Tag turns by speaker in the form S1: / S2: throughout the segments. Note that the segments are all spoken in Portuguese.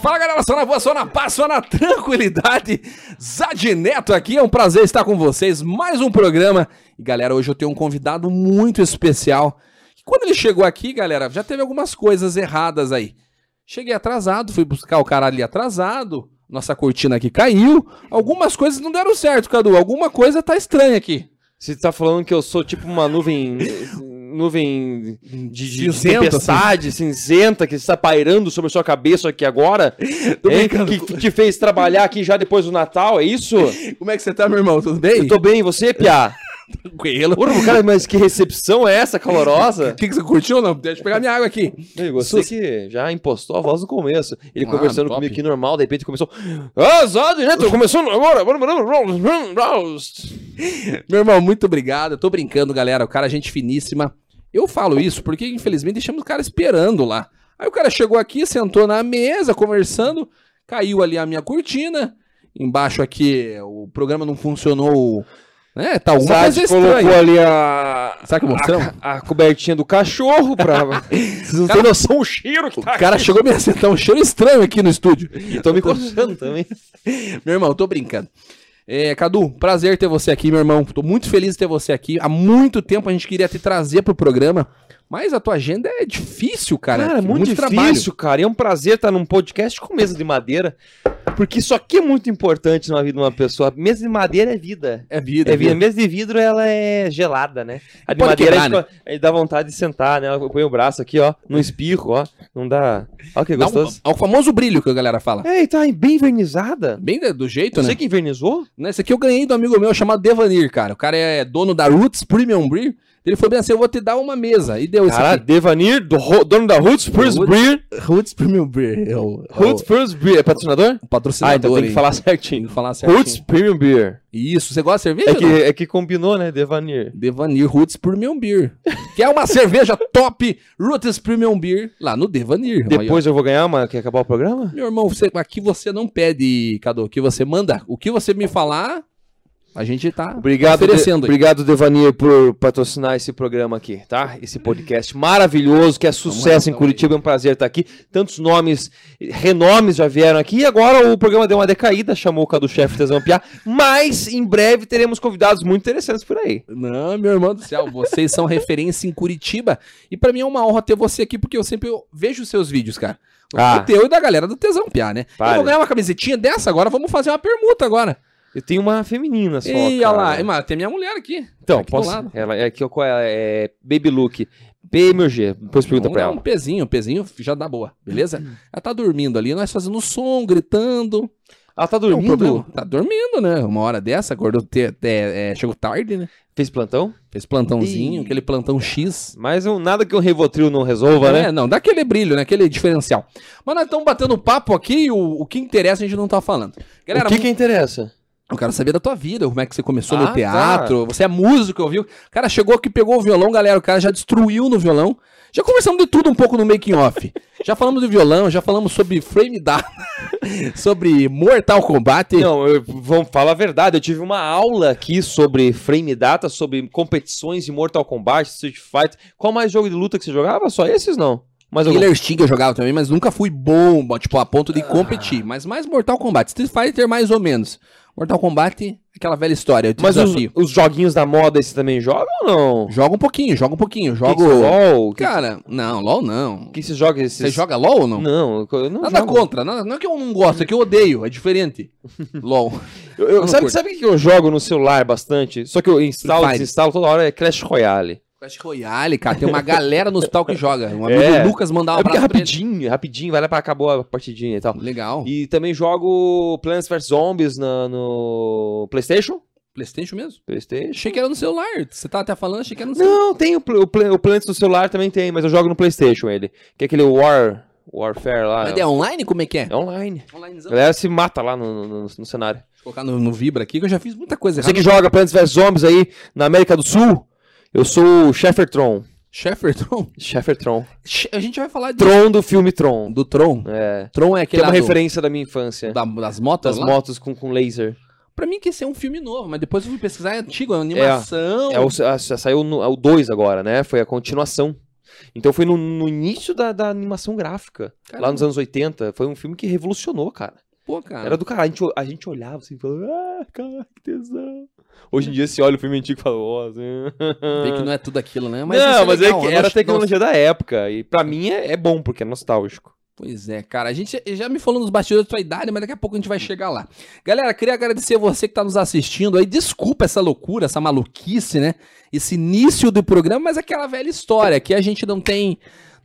S1: Fala galera, só na boa, só na paz, só na tranquilidade. Zad Neto aqui, é um prazer estar com vocês. Mais um programa. E galera, hoje eu tenho um convidado muito especial. Quando ele chegou aqui, galera, já teve algumas coisas erradas aí. Cheguei atrasado, fui buscar o cara ali atrasado. Nossa cortina aqui caiu. Algumas coisas não deram certo, Cadu. Alguma coisa tá estranha aqui.
S2: Você tá falando que eu sou tipo uma nuvem. nuvem de, de
S1: Cinzenta,
S2: tempestade cinzenta que está pairando sobre a sua cabeça aqui agora?
S1: Tô
S2: É,
S1: brincando.
S2: que, que te fez trabalhar aqui já depois do Natal, é isso?
S1: Como é que você tá, meu irmão? Tudo bem?
S2: Eu tô bem, e você, Piá?
S1: tranquilo.
S2: Porra, cara, mas que recepção é essa, calorosa?
S1: O que, que você curtiu? Não, deixa eu pegar minha água aqui.
S2: Eu gostei que já impostou a voz no começo. Ele
S1: Ah,
S2: conversando
S1: top.
S2: comigo aqui normal, de repente começou. Ah, Zod, né? Tô começando agora.
S1: Meu irmão, muito obrigado. Eu tô brincando, galera. O cara é gente finíssima. Eu falo isso porque, infelizmente, deixamos o cara esperando lá. Aí o cara chegou aqui, sentou na mesa, conversando, caiu ali a minha cortina. Embaixo aqui, o programa não funcionou. Né? Tá alguma coisa
S2: Zod colocou
S1: estranha.
S2: ali a,
S1: Será que mostramos?
S2: a cobertinha do cachorro pra. Então, Vocês não
S1: Cara-
S2: têm noção o cheiro que tá
S1: O cara chegou a me acertar um cheiro estranho aqui no estúdio.
S2: aqui. Tô Então me coçando também.
S1: Meu irmão, tô brincando. É, Cadu, prazer ter você aqui, meu irmão. Tô muito feliz de ter você aqui. Há muito tempo a gente queria te trazer pro programa, mas a tua agenda é difícil, cara.
S2: Cara, é
S1: Tem
S2: muito, difícil, cara. E é um prazer estar num podcast com mesa de madeira. Porque isso aqui é muito importante na vida de uma pessoa. Mesa de madeira é vida.
S1: É vida.
S2: É, vida. mesa de vidro, ela é gelada, né? A de
S1: Pode
S2: madeira
S1: quebrar,
S2: a gente, co- aí dá vontade de sentar, né? Eu ponho o braço aqui, ó, no espirro, ó. Não dá. Ó, que
S1: Dá um-
S2: gostoso.
S1: é o famoso brilho que a galera fala.
S2: É, e tá bem invernizada.
S1: Bem da- do jeito, né?
S2: Você que invernizou?
S1: né? Esse aqui eu ganhei do amigo meu chamado Devanir, cara. O cara é dono da Roots Premium Brew. Ele falou bem assim, eu vou te dar uma mesa. E deu isso
S2: Cara, Devanir, do, ro- dono da Roots First
S1: Roots-
S2: Beer.
S1: aqui. Roots Premium Beer. É o, é
S2: Roots First Beer. É patrocinador?
S1: o patrocinador.
S2: Ah, então tem que
S1: aí.
S2: falar
S1: Tem
S2: certinho.
S1: que falar certinho.
S2: Roots Premium Beer.
S1: Isso, você gosta de cerveja?
S2: É
S1: ou
S2: que,
S1: não?
S2: é que combinou, né, Devanir?
S1: Devanir Roots Premium Beer. Que é uma cerveja top Roots Premium Beer lá no Devanir. Olha aí,
S2: Depois eu vou ganhar uma que acabar o
S1: ó.
S2: programa?
S1: Meu irmão, você- aqui você não pede, Cadu, que você manda. O que você me falar, a gente tá
S2: Obrigado, De-
S1: oferecendo. aí.
S2: obrigado Devanir, por patrocinar esse programa aqui, tá? Esse podcast maravilhoso, que é
S1: lá,
S2: sucesso em
S1: tamo
S2: Curitiba, é um prazer estar aqui. Tantos nomes, renomes já vieram aqui, e agora o programa deu uma decaída, chamou o Cadu Chefe Tesão Piá, mas em breve teremos convidados muito interessantes por aí.
S1: Não, meu irmão do céu, vocês são referência em Curitiba. E pra mim é uma honra ter você aqui, porque eu sempre vejo os seus vídeos, cara. O
S2: Ah.
S1: teu e da galera do Tesão Piá, né? Eu
S2: Para.
S1: vou ganhar uma camisetinha dessa agora, vamos fazer uma permuta agora.
S2: Eu tenho uma feminina só,
S1: Ih, olha
S2: cara.
S1: lá, mas tem minha mulher aqui. Tá
S2: Então,
S1: aqui do
S2: posso...
S1: lado.
S2: Ela, é, que, qual é, é Baby Look, P, meu G, depois pergunta
S1: Vamos
S2: pra
S1: dar
S2: ela. Hum.
S1: Um pezinho, um pezinho já dá boa, beleza? Ela tá dormindo ali, nós fazendo som, gritando.
S2: Ela tá
S1: Não, o problema-
S2: dormindo?
S1: tá dormindo, né? Uma hora dessa, acordou, te, te- é, chegou tarde, né?
S2: Fez plantão?
S1: Fez plantãozinho,
S2: Ih.
S1: aquele plantão X.
S2: Mas um, nada que um Revotril não resolva, né?
S1: É, não, dá aquele brilho, né? Aquele diferencial. Mas nós estamos batendo um papo aqui e o, o que interessa a gente não tá falando. Galera,
S2: o que que interessa?
S1: eu quero saber da tua vida, como é que você começou
S2: Ah,
S1: no
S2: tá.
S1: teatro, você é músico, eu vi. O cara chegou aqui, pegou o violão, galera, o cara já destruiu no violão. Já conversamos de tudo um pouco no making off. já falamos do violão, já falamos sobre frame data, sobre Mortal Kombat.
S2: Não, eu, vamos falar a verdade. Eu tive uma aula aqui sobre frame data, sobre competições de Mortal Kombat, Street Fighter. Qual mais jogo de luta que você jogava? Só esses não? Mas algum...
S1: Killer Sting eu jogava também, mas nunca fui bom, bo- tipo, a ponto de competir. Mas mais Mortal Kombat. Street Fighter, mais ou menos. Mortal Kombat, aquela velha história, eu te
S2: Mas os,
S1: desafio.
S2: os joguinhos da moda você também joga ou não?
S1: Joga um pouquinho, joga um pouquinho,
S2: Que que-
S1: jogo...
S2: LOL? Que,
S1: Cara, não, LOL não.
S2: que você joga esses...
S1: Você joga LOL ou não?
S2: Não, eu não
S1: Nada
S2: jogo.
S1: contra, nada, não é que eu não gosto, é que eu odeio, é diferente. LOL.
S2: Eu-
S1: não
S2: eu, sabe
S1: curto.
S2: sabe o que eu jogo no celular bastante? Só que eu instalo,
S1: Fighter.
S2: desinstalo toda hora, é Clash Royale.
S1: Clash Royale, cara, tem uma galera no hospital que joga. Um amigo
S2: É.
S1: Lucas mandar um
S2: é porque é
S1: abraço pra ele.
S2: rapidinho, rapidinho, vai lá pra acabou a partidinha e tal.
S1: Legal.
S2: E também jogo Plants vs Zombies na- no PlayStation.
S1: Playstation mesmo?
S2: PlayStation.
S1: Achei que era no celular, você tá até falando, achei que era no celular.
S2: Não, tem o, pl- o, pl- o Plants no celular também tem, mas eu jogo no PlayStation ele. Que é aquele War Warfare lá.
S1: Mas é online, como é que é?
S2: É online. A
S1: Onlinezão.
S2: galera se mata lá no, no, no- no cenário.
S1: Deixa eu colocar no, no Vibra aqui, que eu já fiz muita coisa
S2: Você
S1: errada.
S2: que joga Plants vs Zombies aí na América do Sul, eu sou o Sheffertron.
S1: Sheffer Tron?
S2: Sheffertron.
S1: Che- A gente vai falar de-
S2: Tron do filme Tron.
S1: do Tron.
S2: É.
S1: Tron é
S2: Que é
S1: aquele
S2: uma
S1: lá do-
S2: referência da minha infância.
S1: da- das motos
S2: das
S1: lá.
S2: motos com, com laser.
S1: Pra mim que esse é um filme novo, mas depois eu
S2: ah,
S1: fui pesquisar, é antigo, é animação.
S2: É o, a- saiu no, é o 2 agora, né? Foi a continuação. Então foi no, no início da, da animação gráfica, lá
S1: Caramba. Ah.
S2: nos anos 80. Foi um filme que revolucionou, cara.
S1: Pô, cara.
S2: Era do caralho. A gente, o- a gente olhava assim e falava, ah, cara, que tesão. Hoje em dia se olha o filme antigo e fala, ó, assim.
S1: Vê que não é tudo aquilo, né? isso
S2: não, mas
S1: legal,
S2: é que
S1: eu
S2: era a
S1: acho que não-
S2: tecnologia da época. E pra mim é, é bom, porque é nostálgico.
S1: Pois é, cara. A gente já me falou nos bastidores da tua idade, mas daqui a pouco a gente vai chegar lá. Galera, queria agradecer você que tá nos assistindo aí. Desculpa essa loucura, essa maluquice, né? Esse início do programa, mas é aquela velha história que a gente não tem.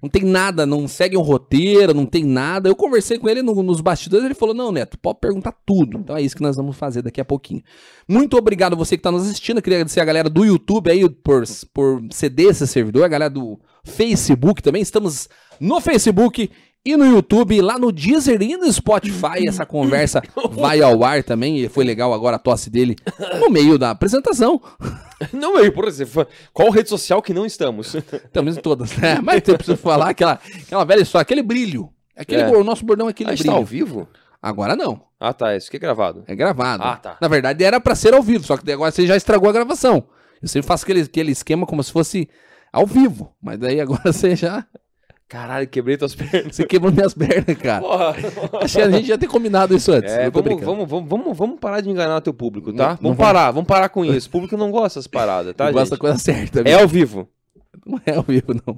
S1: Não tem nada, não segue um roteiro, não tem nada. Eu conversei com ele no- nos bastidores, ele falou: Não, Neto, pode perguntar tudo. Então é isso que nós vamos fazer daqui a pouquinho. Muito obrigado você que está nos assistindo. Eu queria agradecer a galera do YouTube aí por, por ceder esse servidor, a galera do Facebook também. Estamos no Facebook e no YouTube, lá no Deezer e no Spotify. Essa conversa vai ao ar também. E foi legal agora a tosse dele no meio da apresentação.
S2: Não, meu, por exemplo, qual rede social que não estamos?
S1: Também em todas, né? Mas eu preciso falar aquela, aquela velha história, aquele brilho. Aquele,
S2: É.
S1: bo- O nosso bordão é aquele
S2: Ah, está ao
S1: brilho.
S2: vivo?
S1: Agora não.
S2: Ah, tá, isso que é gravado.
S1: É gravado.
S2: Ah, tá.
S1: Na verdade, era pra ser ao vivo, só que daí agora você já estragou a gravação. Eu sempre faço aquele, aquele esquema como se fosse ao vivo. Mas daí agora você já.
S2: Caralho, quebrei tuas pernas.
S1: Você quebrou minhas pernas, cara.
S2: Porra.
S1: Acho que a gente já tem combinado isso antes.
S2: É,
S1: eu tô
S2: vamos,
S1: brincando.
S2: vamos, vamos, vamos, vamos parar de enganar teu público,
S1: Não-
S2: tá?
S1: não
S2: vamos
S1: vamos.
S2: parar, vamos parar com isso. O público não gosta dessas paradas, tá,
S1: Eu gosto da
S2: gente?
S1: coisa certa.
S2: É ao vivo.
S1: Não é ao vivo, não.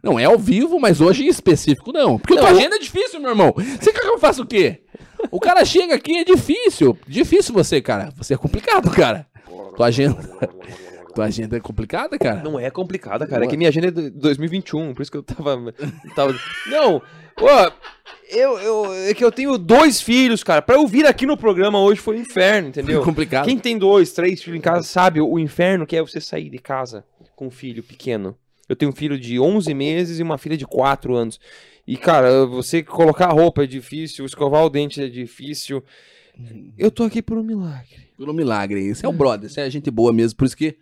S1: Não é ao vivo, mas hoje em específico não. Porque a
S2: Não,
S1: tua
S2: eu-
S1: agenda é difícil, meu irmão. Você quer que eu faça o quê? O cara chega aqui, é difícil. Difícil você, cara. Você é complicado, cara. Tua agenda. Tua agenda é complicada, cara?
S2: Não é complicada, cara.
S1: Não
S2: É
S1: é.
S2: que minha agenda é do- 2021, por isso que eu tava. tava- Não, ó, eu, eu, é que eu tenho dois filhos, cara. Pra eu vir aqui no programa hoje foi um inferno,
S1: é
S2: entendeu?
S1: complicado.
S2: Quem tem dois, três filhos em casa sabe o inferno que é você sair de casa com um filho pequeno. Eu tenho um filho de 11 meses e uma filha de 4 anos. E, cara, você colocar a roupa é difícil, escovar o dente é difícil. Eu tô aqui por um milagre.
S1: Pelo milagre. Esse é o
S2: Hum.
S1: brother, esse é gente boa mesmo. Por isso que,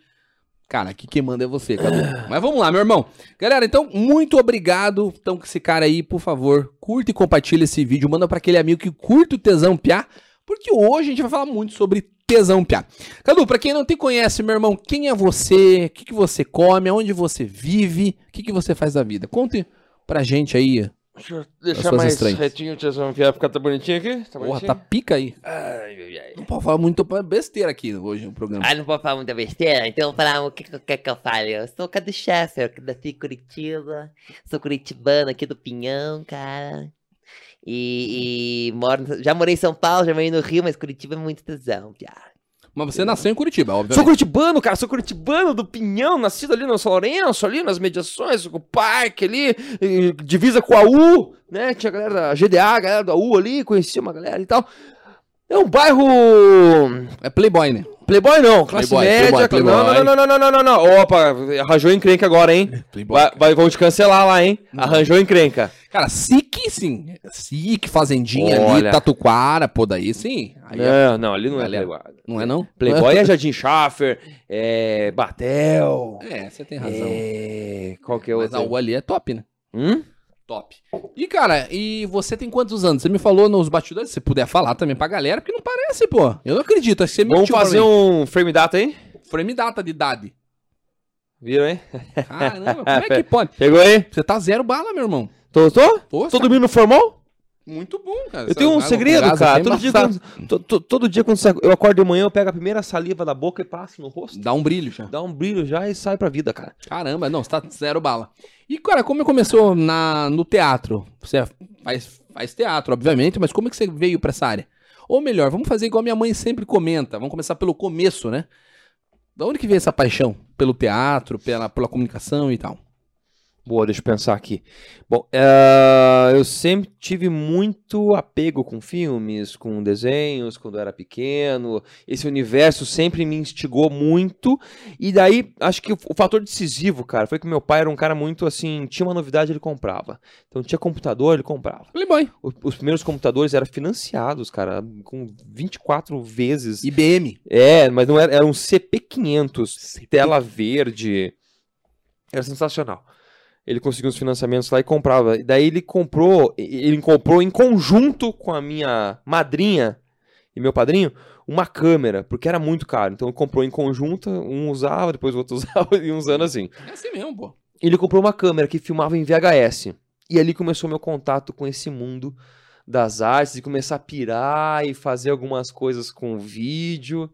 S1: cara, aqui quem manda é você, Cadu.
S2: Ah.
S1: Mas vamos lá, meu irmão. Galera, então, muito obrigado. Então, com esse cara aí, por favor, curta e compartilha esse vídeo. Manda pra aquele amigo que curta o Tesão Piá, porque hoje a gente vai falar muito sobre Tesão Piá. Cadu, pra quem não te conhece, meu irmão, quem é você? O que, que você come? Aonde você vive? O que, que você faz da vida? Conte pra gente aí.
S2: Deixa eu
S1: As
S2: deixar
S1: suas
S2: mais
S1: estranhas.
S2: retinho, tiozão, enfiar ficar tá bonitinho aqui? Tá
S1: Porra,
S2: bonitinho?
S1: tá pica aí.
S2: Ai, ai, ai.
S1: Não pode falar muito besteira aqui hoje no programa.
S3: Ah, não vou falar muita besteira? Então vou falar o que, que, que, que eu falo. Eu sou o Cadu Chester, eu nasci em Curitiba, sou curitibano aqui do Pinhão, cara. E, e moro, no- já morei em São Paulo, já morei no Rio, mas Curitiba é muito tesão, piá.
S1: Mas você nasceu em Curitiba, obviamente.
S2: Sou curitibano, cara, sou curitibano do Pinhão, nascido ali no São Lourenço, ali nas mediações, com o parque ali, eh, divisa com a U, né? Tinha a galera da GDA, a galera da U ali, conhecia uma galera e tal. É um bairro.
S1: É Playboy, né?
S2: Playboy não, classe
S1: Playboy,
S2: média.
S1: Playboy,
S2: cla-
S1: Playboy.
S2: Não, não, não, não, não, não, não, não. Opa, arranjou encrenca agora, hein?
S1: Playboy.
S2: Vai, vai- vão te cancelar lá, hein?
S1: Não.
S2: Arranjou encrenca.
S1: Cara, SIC sim. SIC, Fazendinha ali,
S2: Olha.
S1: Tatuquara, pô, daí sim. Aí é-
S2: Não, não, ali não é
S1: Galera.
S2: Playboy.
S1: Não é não?
S2: Playboy é Jardim Schaffer, é Batel.
S1: É, você tem razão.
S2: É... Qual que é o
S1: Mas a
S2: outro?
S1: U ali é top, né?
S2: Hum?
S1: Top. E, cara, e você tem quantos anos? Você me falou nos bastidores, se puder falar também pra galera, porque não parece, pô. Eu não acredito, acho que você
S2: Vamos
S1: mentiu pra
S2: fazer
S1: mim.
S2: um frame data, hein?
S1: Frame data de idade.
S2: Viram, hein?
S1: Caramba, como é que pode?
S2: Pegou aí?
S1: Você tá zero bala, meu irmão.
S2: Tô, tô?
S1: Pô,
S2: Todo mundo no formal?
S1: muito bom, cara.
S2: Eu tenho um segredo, cara. Todo dia, quando, to- to- todo dia quando sa- eu acordo de manhã, eu pego a primeira saliva da boca e passo no rosto.
S1: Dá um brilho, já.
S2: Dá um brilho já e sai pra vida, cara.
S1: Caramba, não, você tá zero bala. E, cara, como começou na, no teatro? Você faz, faz teatro, obviamente, mas como é que você veio pra essa área? Ou melhor, vamos fazer igual minha mãe sempre comenta. Vamos começar pelo começo, né? Da onde que veio essa paixão? Pelo teatro, pela, pela comunicação e tal.
S2: Boa, deixa eu pensar aqui. Bom, eh, eu sempre tive muito apego com filmes, com desenhos, quando eu era pequeno. Esse universo sempre me instigou muito. E daí, acho que o o fator decisivo, cara, foi que meu pai era um cara muito assim, tinha uma novidade, ele comprava. Então tinha computador, ele comprava.
S1: Playboy.
S2: O- Os primeiros computadores eram financiados, cara, com 24 vezes.
S1: IBM.
S2: É, mas não era, era um CP500, tela verde. Era sensacional. Ele conseguiu os financiamentos lá e comprava. E Daí ele comprou, e- ele comprou em conjunto com a minha madrinha e meu padrinho uma câmera, porque era muito caro. Então ele comprou em conjunto, um usava, depois o outro usava e uns anos assim.
S1: É assim mesmo, pô.
S2: Ele comprou uma câmera que filmava em VHS. E ali começou meu contato com esse mundo das artes, de começar a pirar e fazer algumas coisas com vídeo,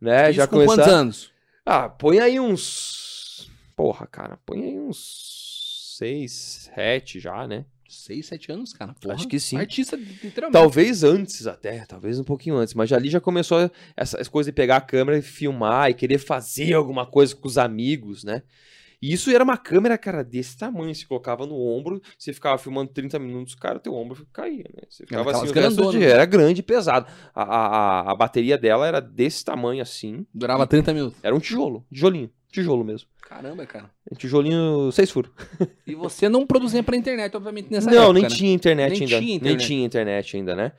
S2: né?
S1: Isso
S2: Já
S1: com quantos
S2: começar...
S1: anos?
S2: Ah, põe aí uns... Porra, cara, põe aí uns seis, sete já, né?
S1: Seis, sete anos, cara.
S2: Acho que sim.
S1: Artista, literalmente.
S2: Talvez antes até, talvez um pouquinho antes, mas ali já começou essas coisas de pegar a câmera e filmar e querer fazer alguma coisa com os amigos, né? E isso era uma câmera, cara, desse tamanho, se colocava no ombro, você ficava filmando 30 minutos, cara, teu ombro caía, né? Você ficava assim,
S1: aquelas
S2: o resto do
S1: grandonas,
S2: dia.
S1: né?
S2: era grande e pesado. A, a, a, a bateria dela era desse tamanho assim,
S1: Durava 30 minutos.
S2: era um tijolo, tijolinho, tijolo mesmo.
S1: Caramba, cara.
S2: Um tijolinho seis furos.
S1: E você não produzia pra internet, obviamente, nessa
S2: não,
S1: época,
S2: nem
S1: né?
S2: tinha internet
S1: Nem
S2: ainda.
S1: tinha
S2: Nem
S1: internet.
S2: tinha internet ainda, né?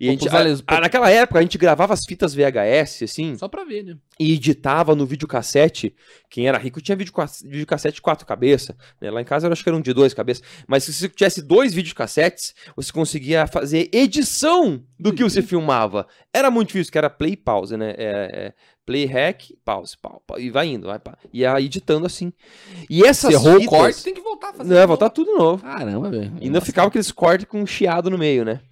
S2: E a gente,
S1: Populares-
S2: ah, ah, naquela época a gente gravava as fitas VHS, assim,
S1: Só pra ver, né?
S2: e editava no videocassete. Quem era rico tinha videoca- videocassete de quatro cabeças. Né? Lá em casa eu acho que era um de dois cabeças. Mas se você tivesse dois videocassetes, você conseguia fazer edição do que você filmava. Era muito difícil, que era play e pause, né? É, é, play hack, pause, pau, pau, e vai indo, vai, pá. E ia editando assim. E essas
S1: Se errou o
S2: fitas-
S1: corte, tem que voltar a fazer.
S2: Não,
S1: de
S2: ia
S1: novo.
S2: voltar tudo de novo.
S1: Caramba, velho.
S2: E ainda ficava aqueles cortes com um chiado no meio, né?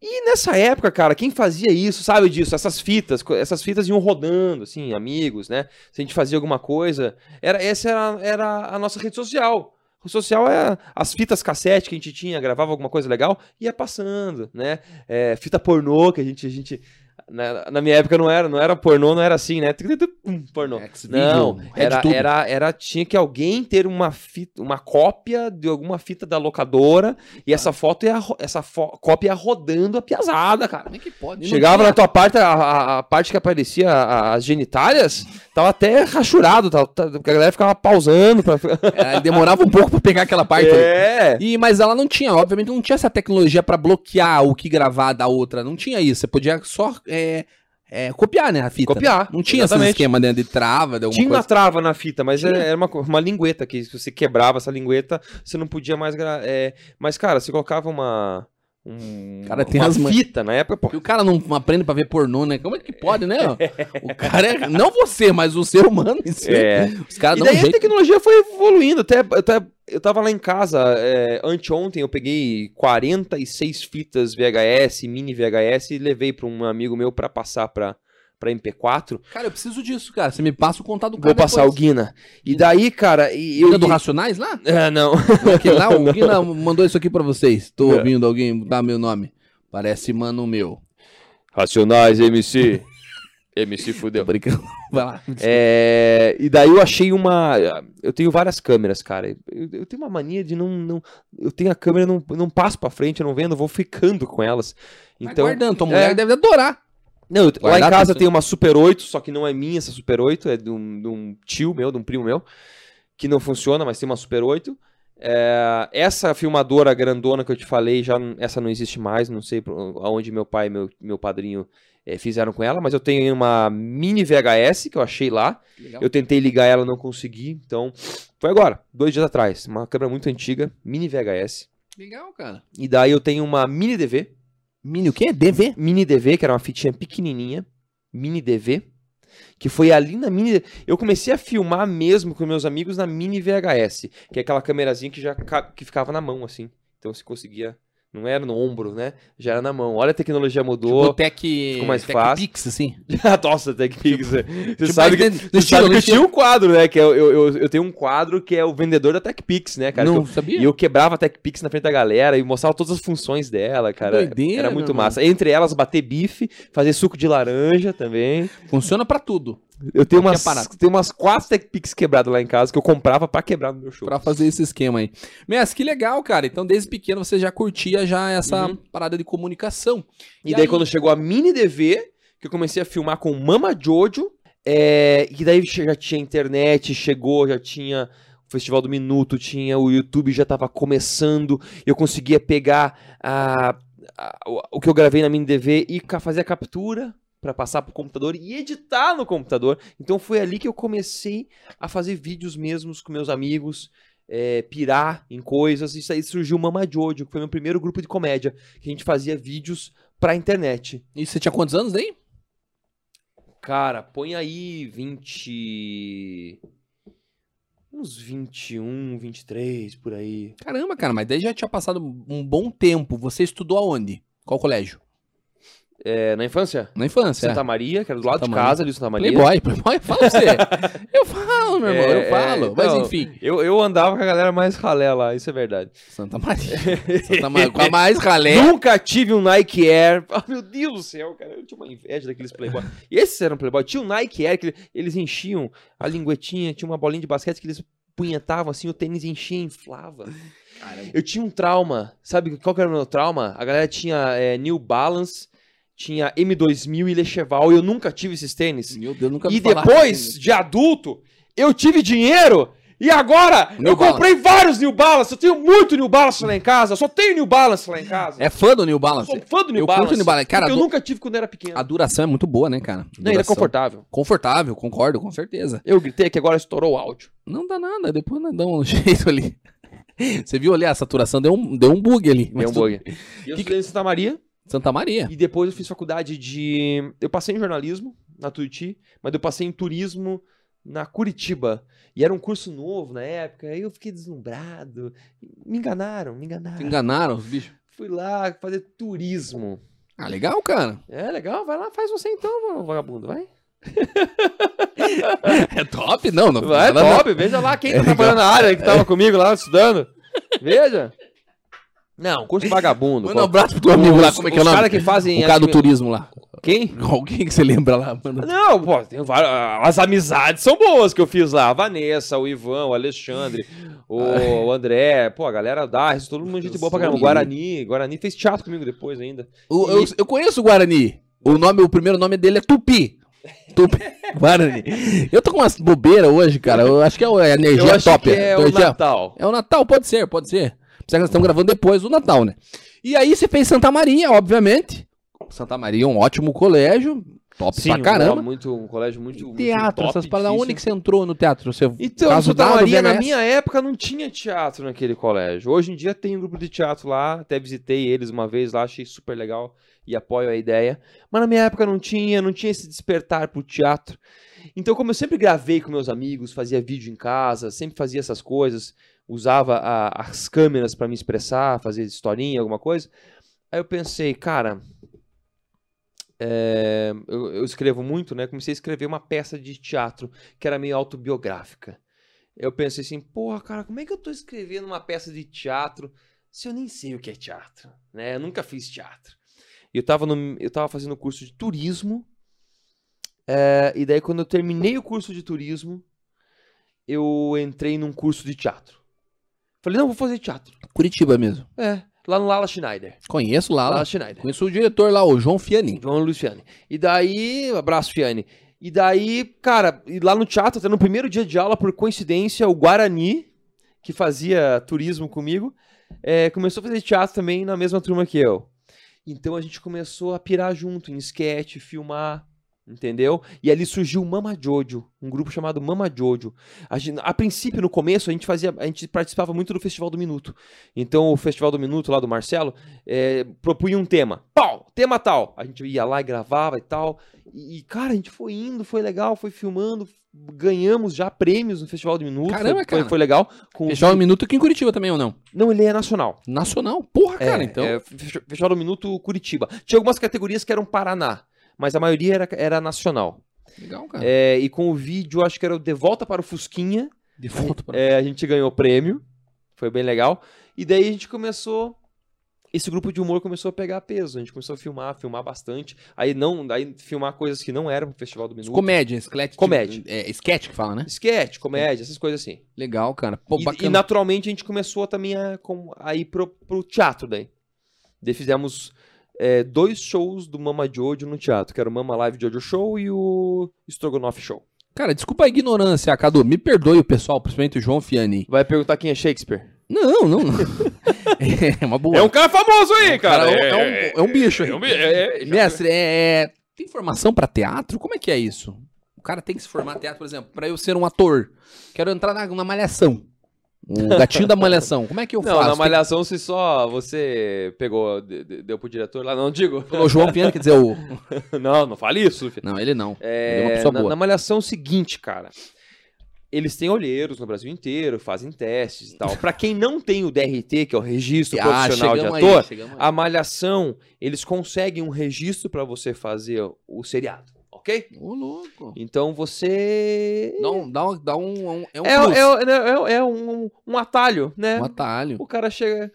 S2: E nessa época, cara, quem fazia isso sabe disso, essas fitas, co- essas fitas iam rodando, assim, amigos, né? Se a gente fazia alguma coisa, era essa era, era a nossa rede social. O social é as fitas cassete que a gente tinha, gravava alguma coisa legal, ia passando, né? É, fita pornô que a gente, a gente na, na minha época não era, não era pornô, não era assim, né? Pum, Pornô. Não, era, era, era, tinha que alguém ter uma, fita, uma cópia de alguma fita da locadora e essa foto ia, ro- essa fo- cópia ia rodando a piazada, cara.
S1: Como é que pode? E não
S2: Chegava
S1: tinha-
S2: na tua parte, a, a- a parte que aparecia a- as genitárias, tava até rachurado, tava, tava- porque a galera ficava pausando pra...
S1: Ela demorava um pouco pra pegar aquela parte. ali.
S2: É,
S1: E, mas ela não tinha, obviamente, não tinha essa tecnologia pra bloquear o que gravar da outra. Não tinha isso. Você podia só é, é, copiar, né, a fita.
S2: copiar.
S1: Não tinha esse
S2: exatamente.
S1: esquema né, de trava, de alguma
S2: Tinha uma
S1: coisa.
S2: trava na fita, mas
S1: Tinha.
S2: era era uma, co- uma lingueta que se você quebrava essa lingueta, você não podia mais. gra- é, mas, cara, você colocava uma. Um,
S1: Cara, tem
S2: uma
S1: as man-
S2: fita na época, pô.
S1: E o cara não aprende pra ver pornô, né? Como é que pode, né? O cara é. Não você, mas o ser humano em si.
S2: É.
S1: Os caras
S2: e
S1: dão um
S2: daí a
S1: jeito.
S2: tecnologia foi evoluindo. Até, até eu tava lá em casa é, anteontem, eu peguei 46 fitas VHS, mini VHS, e levei pra um amigo meu pra passar pra, pra MP4.
S1: Cara, eu preciso disso, cara. Você me passa o contato do
S2: Vou
S1: cara.
S2: passar o Guina. E daí, cara, e eu.
S1: Guina do Racionais lá?
S2: É, não. É.
S1: Não, Aquele lá, o Guina mandou isso aqui pra vocês. Tô ouvindo alguém mudar meu nome. Parece mano meu.
S2: Racionais, MC. MC fudeu.
S1: Tô brincando. Vai lá. Tá
S2: É, e daí eu achei uma. Eu tenho várias câmeras, cara. Eu, eu tenho uma mania de não, não. Eu tenho a câmera, eu não, eu não passo pra frente, eu não vendo, eu vou ficando com elas.
S1: Então,
S2: Então.
S1: guardando, tua mulher
S2: é.
S1: deve adorar.
S2: Não, eu- lá em
S1: guardar
S2: casa
S1: tudo.
S2: tem uma Super 8, só que não é minha essa Super 8, é de um, de um tio meu, de um primo meu, que não funciona, mas tem uma Super 8. É, essa filmadora grandona que eu te falei, já n- essa não existe mais, não sei pro- aonde meu pai e meu, meu padrinho eh, fizeram com ela, mas eu tenho uma mini VHS que eu achei lá.
S1: Então.
S2: Eu tentei ligar ela, não consegui. Então, foi agora, dois dias atrás. Uma câmera muito antiga, mini VHS.
S1: Legal, cara.
S2: E daí eu tenho uma mini DV.
S1: Mini o quê? DV?
S2: Mini DV, que era uma fitinha pequenininha. Mini DV. Que foi ali na mini. Eu comecei a filmar mesmo com meus amigos na mini VHS. Que é aquela câmerazinha que já ca- que ficava na mão, assim. Então você conseguia. Não era no ombro, né? Já era na mão. Olha a tecnologia
S1: Tipo,
S2: mudou.
S1: Tec...
S2: ficou mais
S1: Tec
S2: fácil.
S1: Pix, assim.
S2: Nossa, até que. Você
S1: Tipo,
S2: sabe que
S1: mas no
S2: Você
S1: estilo,
S2: sabe que
S1: no
S2: eu
S1: estilo.
S2: tinha um quadro, né? Que eu, eu, eu, eu tenho um quadro que é o vendedor da TechPix, né, cara?
S1: Não
S2: Que eu-
S1: sabia?
S2: e eu quebrava a TechPix na frente da galera e mostrava todas as funções dela, cara.
S1: doideira,
S2: Era muito
S1: meu
S2: massa. Entre elas, bater bife, fazer suco de laranja também.
S1: Funciona pra tudo.
S2: Eu tenho
S1: Qualquer
S2: umas,
S1: parada.
S2: tenho umas quatro TechPix quebradas lá em casa que eu comprava pra quebrar no meu show.
S1: Pra fazer esse esquema aí. Mas que legal, cara. Então, desde pequeno, você já curtia já essa parada de comunicação.
S2: Uhum. E, daí,
S1: aí-
S2: quando chegou a mini DV, que eu comecei a filmar com Mama Jojo, é, e daí che- já tinha internet, chegou, já tinha o Festival do Minuto, tinha o YouTube, já tava começando, eu conseguia pegar a- a- o- o que eu gravei na mini DV e ca- fazer a captura pra passar pro computador e editar no computador. Então foi ali que eu comecei a fazer vídeos mesmos com meus amigos, é, pirar em coisas. Isso aí surgiu o Mama Jojo, que foi meu primeiro grupo de comédia, que a gente fazia vídeos pra internet.
S1: E você tinha quantos anos daí?
S2: Cara, põe aí 20. Uns 21, 23, por aí.
S1: Caramba, cara, mas daí já tinha passado um bom tempo. Você estudou aonde? Qual colégio?
S2: É, na infância?
S1: Na infância.
S2: Santa
S1: é.
S2: Maria, que era do lado
S1: Santa
S2: de
S1: Maria.
S2: casa ali, Santa Maria.
S1: Playboy, Playboy, fala pra você. eu falo, meu irmão,
S2: É,
S1: eu falo.
S2: é,
S1: mas
S2: então-
S1: enfim.
S2: Eu, eu andava com a galera mais ralé lá, isso é verdade.
S1: Santa Maria. Santa Maria. Com a mais ralé.
S2: Nunca tive um Nike Air. Ah, meu Deus do céu, cara. Eu tinha uma inveja daqueles Playboy. E esses eram Playboy. Tinha um Nike Air que eles enchiam a linguetinha, tinha uma bolinha de basquete que eles punhetavam assim, o tênis enchia, inflava. Eu tinha um trauma. Sabe qual que era o meu trauma? A galera tinha eh, New Balance, tinha M2000 e Lecheval. E eu nunca tive esses tênis.
S1: Meu Deus, nunca
S2: E
S1: me falaram.
S2: depois, de adulto, eu tive dinheiro e agora
S1: New
S2: eu comprei vários New Balance. Eu tenho muito New Balance lá em casa. Eu só tenho New Balance lá em casa.
S1: É fã do New
S2: assim. Eu
S1: Balance?
S2: sou fã do New
S1: Eu curto
S2: Balance.
S1: New Balance. Cara,
S2: porque eu
S1: do-
S2: nunca tive quando era pequeno.
S1: A duração é muito boa, né, cara?
S2: Não, ele é
S1: Duração.
S2: confortável.
S1: Confortável, concordo, com certeza.
S2: Eu gritei que agora estourou o áudio.
S1: Não dá nada, depois nós dá um jeito ali. Você viu ali, a saturação deu um, deu um bug ali. mas
S2: Deu um
S1: tudo-
S2: bug. E eu estudei em Santa Maria
S1: Santa Maria.
S2: e depois eu fiz faculdade de... Eu passei em jornalismo na Tuiuti, mas eu passei em turismo na Curitiba. E era um curso novo na época, aí eu fiquei deslumbrado. Me enganaram, me
S1: Te
S2: enganaram.
S1: enganaram os bichos.
S2: Fui lá fazer turismo.
S1: Ah, legal, cara.
S2: É, legal, vai lá, faz você então, vagabundo, vai.
S1: É top? Não, não.
S2: Vai,
S1: ela
S2: top, veja lá quem
S1: É
S2: tá
S1: legal.
S2: trabalhando na área que tava comigo lá estudando. Veja. Não, curso
S1: não.
S2: vagabundo.
S1: Manda um abraço pro teu amigo lá, como é que é o
S2: Os
S1: nome?
S2: caras que fazem...
S1: O cara do
S2: admi-
S1: turismo lá.
S2: Quem?
S1: Alguém que você lembra lá, mano.
S2: Não, pô, tem várias... as amizades são boas que eu fiz lá. A Vanessa, o Ivan, o Alexandre, o, o André, pô, a galera da, todo mundo gente boa pra caramba. O Guarani, Guarani fez teatro comigo depois ainda.
S1: O- eu, eu conheço o Guarani. O, nome, o primeiro nome dele é Tupi. Tupi. Guarani. Eu tô com umas bobeira hoje, cara. Eu acho que é a
S2: Eu
S1: energia
S2: acho
S1: top.
S2: que é o
S1: energia...
S2: Natal.
S1: É o Natal, pode ser, pode ser. Apesar que nós estamos gravando depois do Natal, né? E aí você fez Santa Maria, obviamente. Santa Maria é um ótimo colégio, top pra
S2: um-
S1: caramba.
S2: muito, um colégio muito muito
S1: teatro,
S2: top,
S1: essas paradas. Onde
S2: difícil.
S1: que você entrou no teatro? Você... é
S2: Então,
S1: Caso
S2: Santa
S1: dado,
S2: Maria, na
S1: VHS.
S2: minha época, não tinha teatro naquele colégio. Hoje em dia tem um grupo de teatro lá, até visitei eles uma vez lá, achei super legal e apoio a ideia. Mas na minha época não tinha, não tinha esse despertar pro teatro. Então, como eu sempre gravei com meus amigos, fazia vídeo em casa, sempre fazia essas coisas, usava a- as câmeras pra me expressar, fazer historinha, alguma coisa. Aí eu pensei, cara, é, eu, eu escrevo muito, né? Comecei a escrever uma peça de teatro que era meio autobiográfica. Eu pensei assim, porra, cara, como é que eu tô escrevendo uma peça de teatro se eu nem sei o que é teatro, né? Eu nunca fiz teatro. E eu tava, no, eu tava fazendo curso de turismo, é, e daí quando eu terminei o curso de turismo, eu entrei num curso de teatro. Falei, não, vou fazer teatro.
S1: Curitiba mesmo.
S2: É, lá no Lala Schneider.
S1: Conheço lá, lá.
S2: Lala Schneider.
S1: Conheço o diretor lá, o João Fiani.
S2: João Luciane. E daí, abraço, Fiane. E daí, cara, e lá no teatro, até no primeiro dia de aula, por coincidência, o Guarani, que fazia turismo comigo, eh, começou a fazer teatro também na mesma turma que eu. Então a gente começou a pirar junto em sketch, filmar, entendeu? E ali surgiu o Mama Jojo, um grupo chamado Mama Jojo. A, gente- a princípio, no começo, a gente fazia, a gente participava muito do Festival do Minuto. Então o Festival do Minuto lá do Marcelo, é, propunha um tema. Pau! Tema tal. A gente ia lá e gravava e tal. E, e, cara, a gente foi indo, foi legal, foi filmando. f- Ganhamos já prêmios no Festival do Minuto.
S1: Caramba,
S2: foi,
S1: cara.
S2: Foi, foi legal. Com...
S1: Fechar um minuto aqui em Curitiba também ou não?
S2: Não, ele é nacional.
S1: Nacional. Porra,
S2: É,
S1: cara, então.
S2: é, Festival Festival do Minuto Curitiba. Tinha algumas categorias que eram Paraná, mas a maioria era, era nacional.
S1: Legal, cara.
S2: É, e com o vídeo, acho que era o De Volta para o Fusquinha.
S1: De volta pra...
S2: É, a gente ganhou prêmio, foi bem legal. E daí a gente começou. Esse grupo de humor começou a pegar peso. A gente começou a filmar, filmar bastante. Aí não, aí filmar coisas que não eram pro Festival do Minuto.
S1: Comédia, esquete.
S2: Comédia.
S1: É, sketch que fala, né?
S2: Sketch, comédia, essas coisas assim.
S1: Legal, cara. Pô,
S2: E- e,
S1: bacana.
S2: naturalmente a gente começou também a, com- a ir pro, pro teatro daí. Daí fizemos é, dois shows do Mama Jojo no teatro, que era o Mama Live Jojo Show e o Strogonoff Show.
S1: Cara, desculpa a ignorância, Cadu. Me perdoe o pessoal, principalmente o João Fiani.
S2: Vai perguntar quem é Shakespeare?
S1: Não, não, não. é uma boa.
S2: um cara famoso aí,
S1: Cara, é, um, é um bicho. aí.
S2: É um bi- é- é-
S1: Mestre, é, é, tem formação pra teatro? Como é que é isso? O cara tem que se formar teatro, por exemplo, pra eu ser um ator. Quero entrar na, na malhação. O gatinho da malhação. Como é que eu
S2: Não,
S1: faço?
S2: na Malhação, se só você pegou, de- de- deu pro diretor lá, não digo.
S1: Tem que- O João Piano, quer dizer, o...
S2: não, não fale isso, filho.
S1: Não, ele não.
S2: É,
S1: Ele é uma pessoa
S2: na,
S1: boa.
S2: na Malhação é o seguinte, cara. Eles têm olheiros no Brasil inteiro, fazem testes e tal. Pra quem não tem o DRT, que é o registro profissional de
S1: chegamos
S2: ator,
S1: chegamos aí.
S2: a malhação, eles conseguem um registro pra você fazer o seriado, ok?
S1: Ô, louco.
S2: Então você
S1: Dá um, dá um, dá um, é um
S2: é,
S1: plus,
S2: é- né, é- é um, um atalho, né?
S1: um atalho.
S2: O cara chega.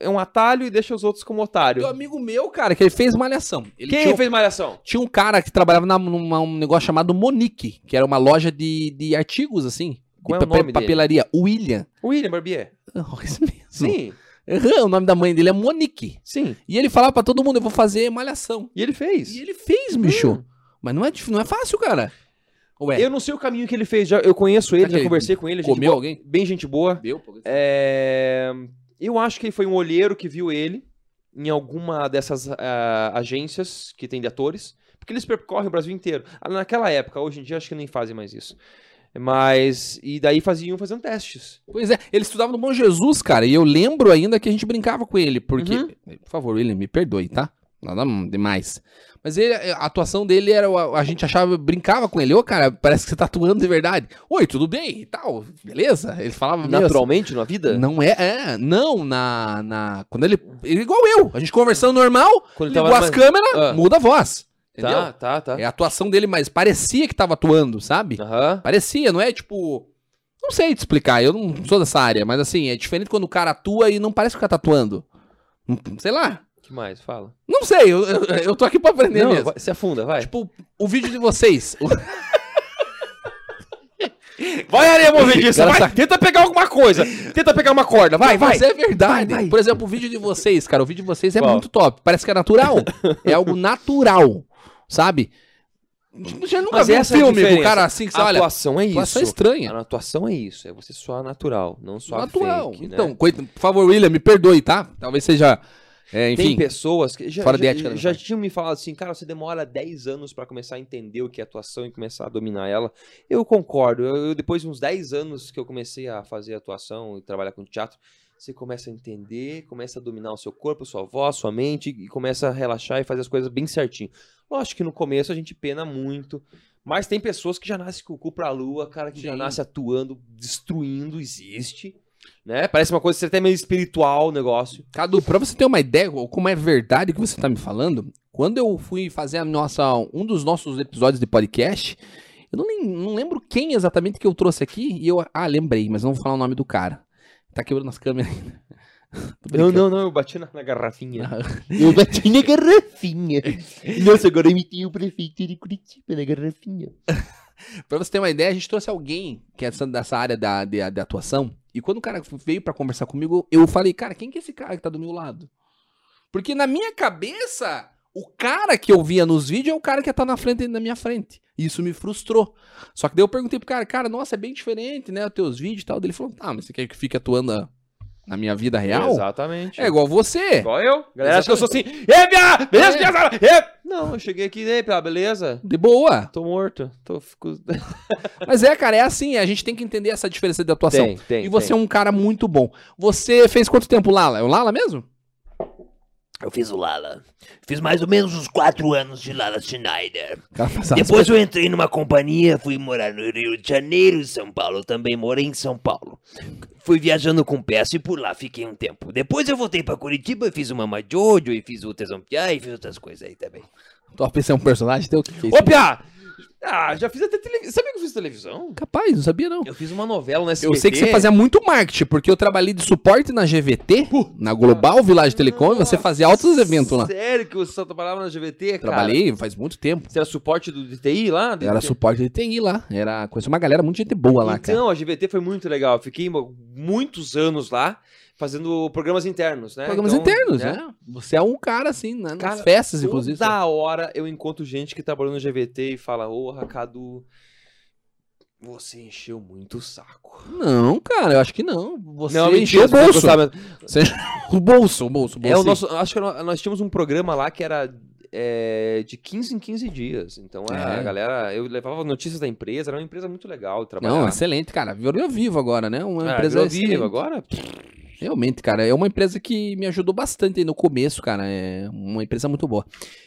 S2: É um atalho e deixa os outros como otário.
S1: Tem um amigo meu, cara, que ele fez malhação. Ele
S2: Quem
S1: tinha, um-
S2: fez malhação?
S1: tinha um cara que trabalhava na, numa um negócio chamado Monique, que era uma loja de, de artigos, assim.
S2: Qual
S1: de
S2: é o nome dele?
S1: papelaria. William.
S2: William Barbier.
S1: Oh, isso mesmo.
S2: Sim,
S1: Aham, O nome da mãe dele é Monique.
S2: sim.
S1: E ele falava pra todo mundo, eu vou fazer malhação.
S2: E ele fez.
S1: E ele fez, bicho.
S2: Hum.
S1: Mas não é, dif- não é fácil, cara. Ué,
S2: Eu não sei o caminho que ele fez. Já, eu conheço ele,
S1: Será que
S2: já
S1: ele
S2: conversei com ele. gente
S1: comeu
S2: boa-
S1: alguém?
S2: Bem gente boa.
S1: Deu,
S2: É, Eu acho que ele foi um olheiro que viu ele em alguma dessas ah, agências que tem de atores. Porque eles percorrem o Brasil inteiro. Ah, Naquela época, hoje em dia, acho que nem fazem mais isso. Mas. E daí faziam fazendo testes.
S1: Pois é, ele estudava no Bom Jesus, cara, e eu lembro ainda que a gente brincava com ele, porque.
S2: Uhum.
S1: Por favor, William, me perdoe, tá? Nada demais. Mas ele, a atuação dele era. o- A gente achava, brincava com ele, ô, cara, parece que você tá atuando de verdade. Oi, tudo bem? E tal, beleza? Ele falava meio assim.
S2: Uhum. Naturalmente, na vida?
S1: Não é, é, não, na, na. Quando ele. Ele é igual eu. A gente conversando normal,
S2: Quando ele
S1: ligou
S2: tava
S1: as
S2: na-
S1: câmeras,
S2: Ah.
S1: muda a voz. Entendeu?
S2: Tá, tá, tá.
S1: É a atuação dele, mas parecia que tava atuando, sabe?
S2: Aham.
S1: Parecia, não é tipo. Não sei te explicar, eu não sou dessa área, mas assim, é diferente quando o cara atua e não parece que o cara tá atuando. Hum, Sei lá.
S2: O que mais? Fala.
S1: Não sei, eu, eu, eu tô aqui pra aprender
S2: Não,
S1: mesmo.
S2: vai- se afunda, vai.
S1: Tipo, o vídeo de vocês. o-
S2: Vai, areia movediça,
S1: Cara,
S2: vai. Tenta pegar alguma coisa. Tenta pegar uma corda, vai, vai.
S1: Mas é verdade.
S2: Vai, vai.
S1: Por exemplo, o vídeo de vocês, cara, o vídeo de vocês é
S2: Qual?
S1: muito top. Parece que é natural. é algo natural, sabe? Já nunca
S2: Mas
S1: vi um
S2: essa é a
S1: filme com o
S2: diferença.
S1: cara assim que você
S2: a
S1: olha.
S2: atuação é
S1: Atuação
S2: isso.
S1: estranha.
S2: A atuação é isso. É você soar natural, não soar
S1: Atual.
S2: fake, né?
S1: então, coit- por favor, William, me perdoe, tá? Talvez seja. é,
S2: Tem
S1: enfim.
S2: pessoas que já,
S1: fora de
S2: já,
S1: ética, né,
S2: já
S1: pai?
S2: tinham me falado assim, cara, você demora 10 anos pra começar a entender o que é atuação e começar a dominar ela. Eu concordo. Eu, eu, depois de uns 10 anos que eu comecei a fazer atuação e trabalhar com teatro, você começa a entender, começa a dominar o seu corpo, sua voz, sua mente e começa a relaxar e fazer as coisas bem certinho. Lógico que no começo a gente pena muito, mas tem pessoas que já nascem com o cu pra lua, cara, que já
S1: Sim.
S2: nasce atuando, destruindo, existe. Né? Parece uma coisa até meio espiritual o negócio.
S1: Cadu, pra você ter uma ideia ou como é verdade o que você tá me falando, quando eu fui fazer a nossa, um dos nossos episódios de podcast, eu não, lem- não lembro quem exatamente que eu trouxe aqui, e eu, ah, lembrei, mas não vou falar o nome do cara. Tá quebrando as câmeras ainda. Tô
S2: Não,
S1: brincando.
S2: não, não, eu bati na, na garrafinha.
S3: Eu bati na garrafinha. Nossa, agora eu imitei o prefeito de Curitiba na garrafinha.
S1: Pra você ter uma ideia, a gente trouxe alguém que é dessa- dessa área da, de, de atuação. E quando o cara veio pra conversar comigo, eu falei, cara, quem que é esse cara que tá do meu lado? Porque na minha cabeça, o cara que eu via nos vídeos é o cara que tá na frente na minha frente. E isso me frustrou. Só que daí eu perguntei pro cara, cara, nossa, é bem diferente, né? Os teus vídeos e tal. Daí Ele falou, tá, mas você quer que eu fique atuando na- na minha vida real?
S2: Exatamente.
S1: É igual você.
S2: Igual eu. Galera, acho que eu sou assim. Ê, Bia! Beleza,
S1: É.
S2: Bia, Zara? Ê! Não, eu cheguei aqui, né, Bia? Beleza?
S1: De boa.
S2: Tô morto. Tô... Fico...
S1: Mas é, cara, é assim. A gente tem que entender essa diferença de atuação.
S2: tem.
S1: e você é um cara muito bom. Você fez quanto tempo Lala? É o Lala mesmo?
S3: Eu fiz o Lala. Fiz mais ou menos uns quatro anos de Lala Schneider.
S1: Depois-
S3: Depois eu entrei numa companhia, fui morar no Rio de Janeiro, e São Paulo. Eu também morei em São Paulo. Fui viajando com peça e por lá fiquei um tempo. Depois eu voltei pra Curitiba e fiz o Mama Jojo e fiz o Tesão Piá e fiz outras coisas aí também.
S1: Top, esse é um personagem teu que fez.
S2: Ô, Bia! Ah, já fiz até televisão. Sabia que eu fiz televisão?
S1: Capaz, não sabia não.
S2: Eu fiz uma novela nesse
S1: Eu sei que você fazia muito marketing, porque eu trabalhei de suporte na GVT, na Global Village Telecom, e você fazia altos eventos lá.
S2: Sério que você só trabalhava na GVT, cara?
S1: Trabalhei faz muito tempo.
S2: Você era suporte do DTI lá?
S1: Era suporte de TI lá. Era conheci uma galera, muito gente boa lá, cara.
S2: Então, a GVT foi muito legal. Eu fiquei mo- muitos anos lá fazendo programas internos, né?
S1: Programas
S2: Então,
S1: internos, né? Você é um cara, assim, né? nas
S2: Cara,
S1: festas, inclusive.
S2: Toda hora eu encontro gente que trabalhou no GVT e fala, ô, Cadu, você encheu muito o saco.
S1: Não, cara, eu acho que não. Você
S2: mentira,
S1: encheu o
S2: as pessoas
S1: bolso.
S2: gostavam.
S1: Você encheu o bolso, o bolso, o bolso.
S2: É o nosso, acho que nó- nós tínhamos um programa lá que era é, de 15 em 15 dias. Então, a
S1: É.
S2: galera, eu levava notícias da empresa, era uma empresa muito legal de trabalhar.
S1: Não, excelente, cara. Virou vivo agora, né? Uma
S2: Ah,
S1: empresa
S2: virou
S1: excelente.
S2: vivo agora.
S1: Realmente, cara, é uma empresa que me ajudou bastante aí no começo, cara. É uma empresa muito boa.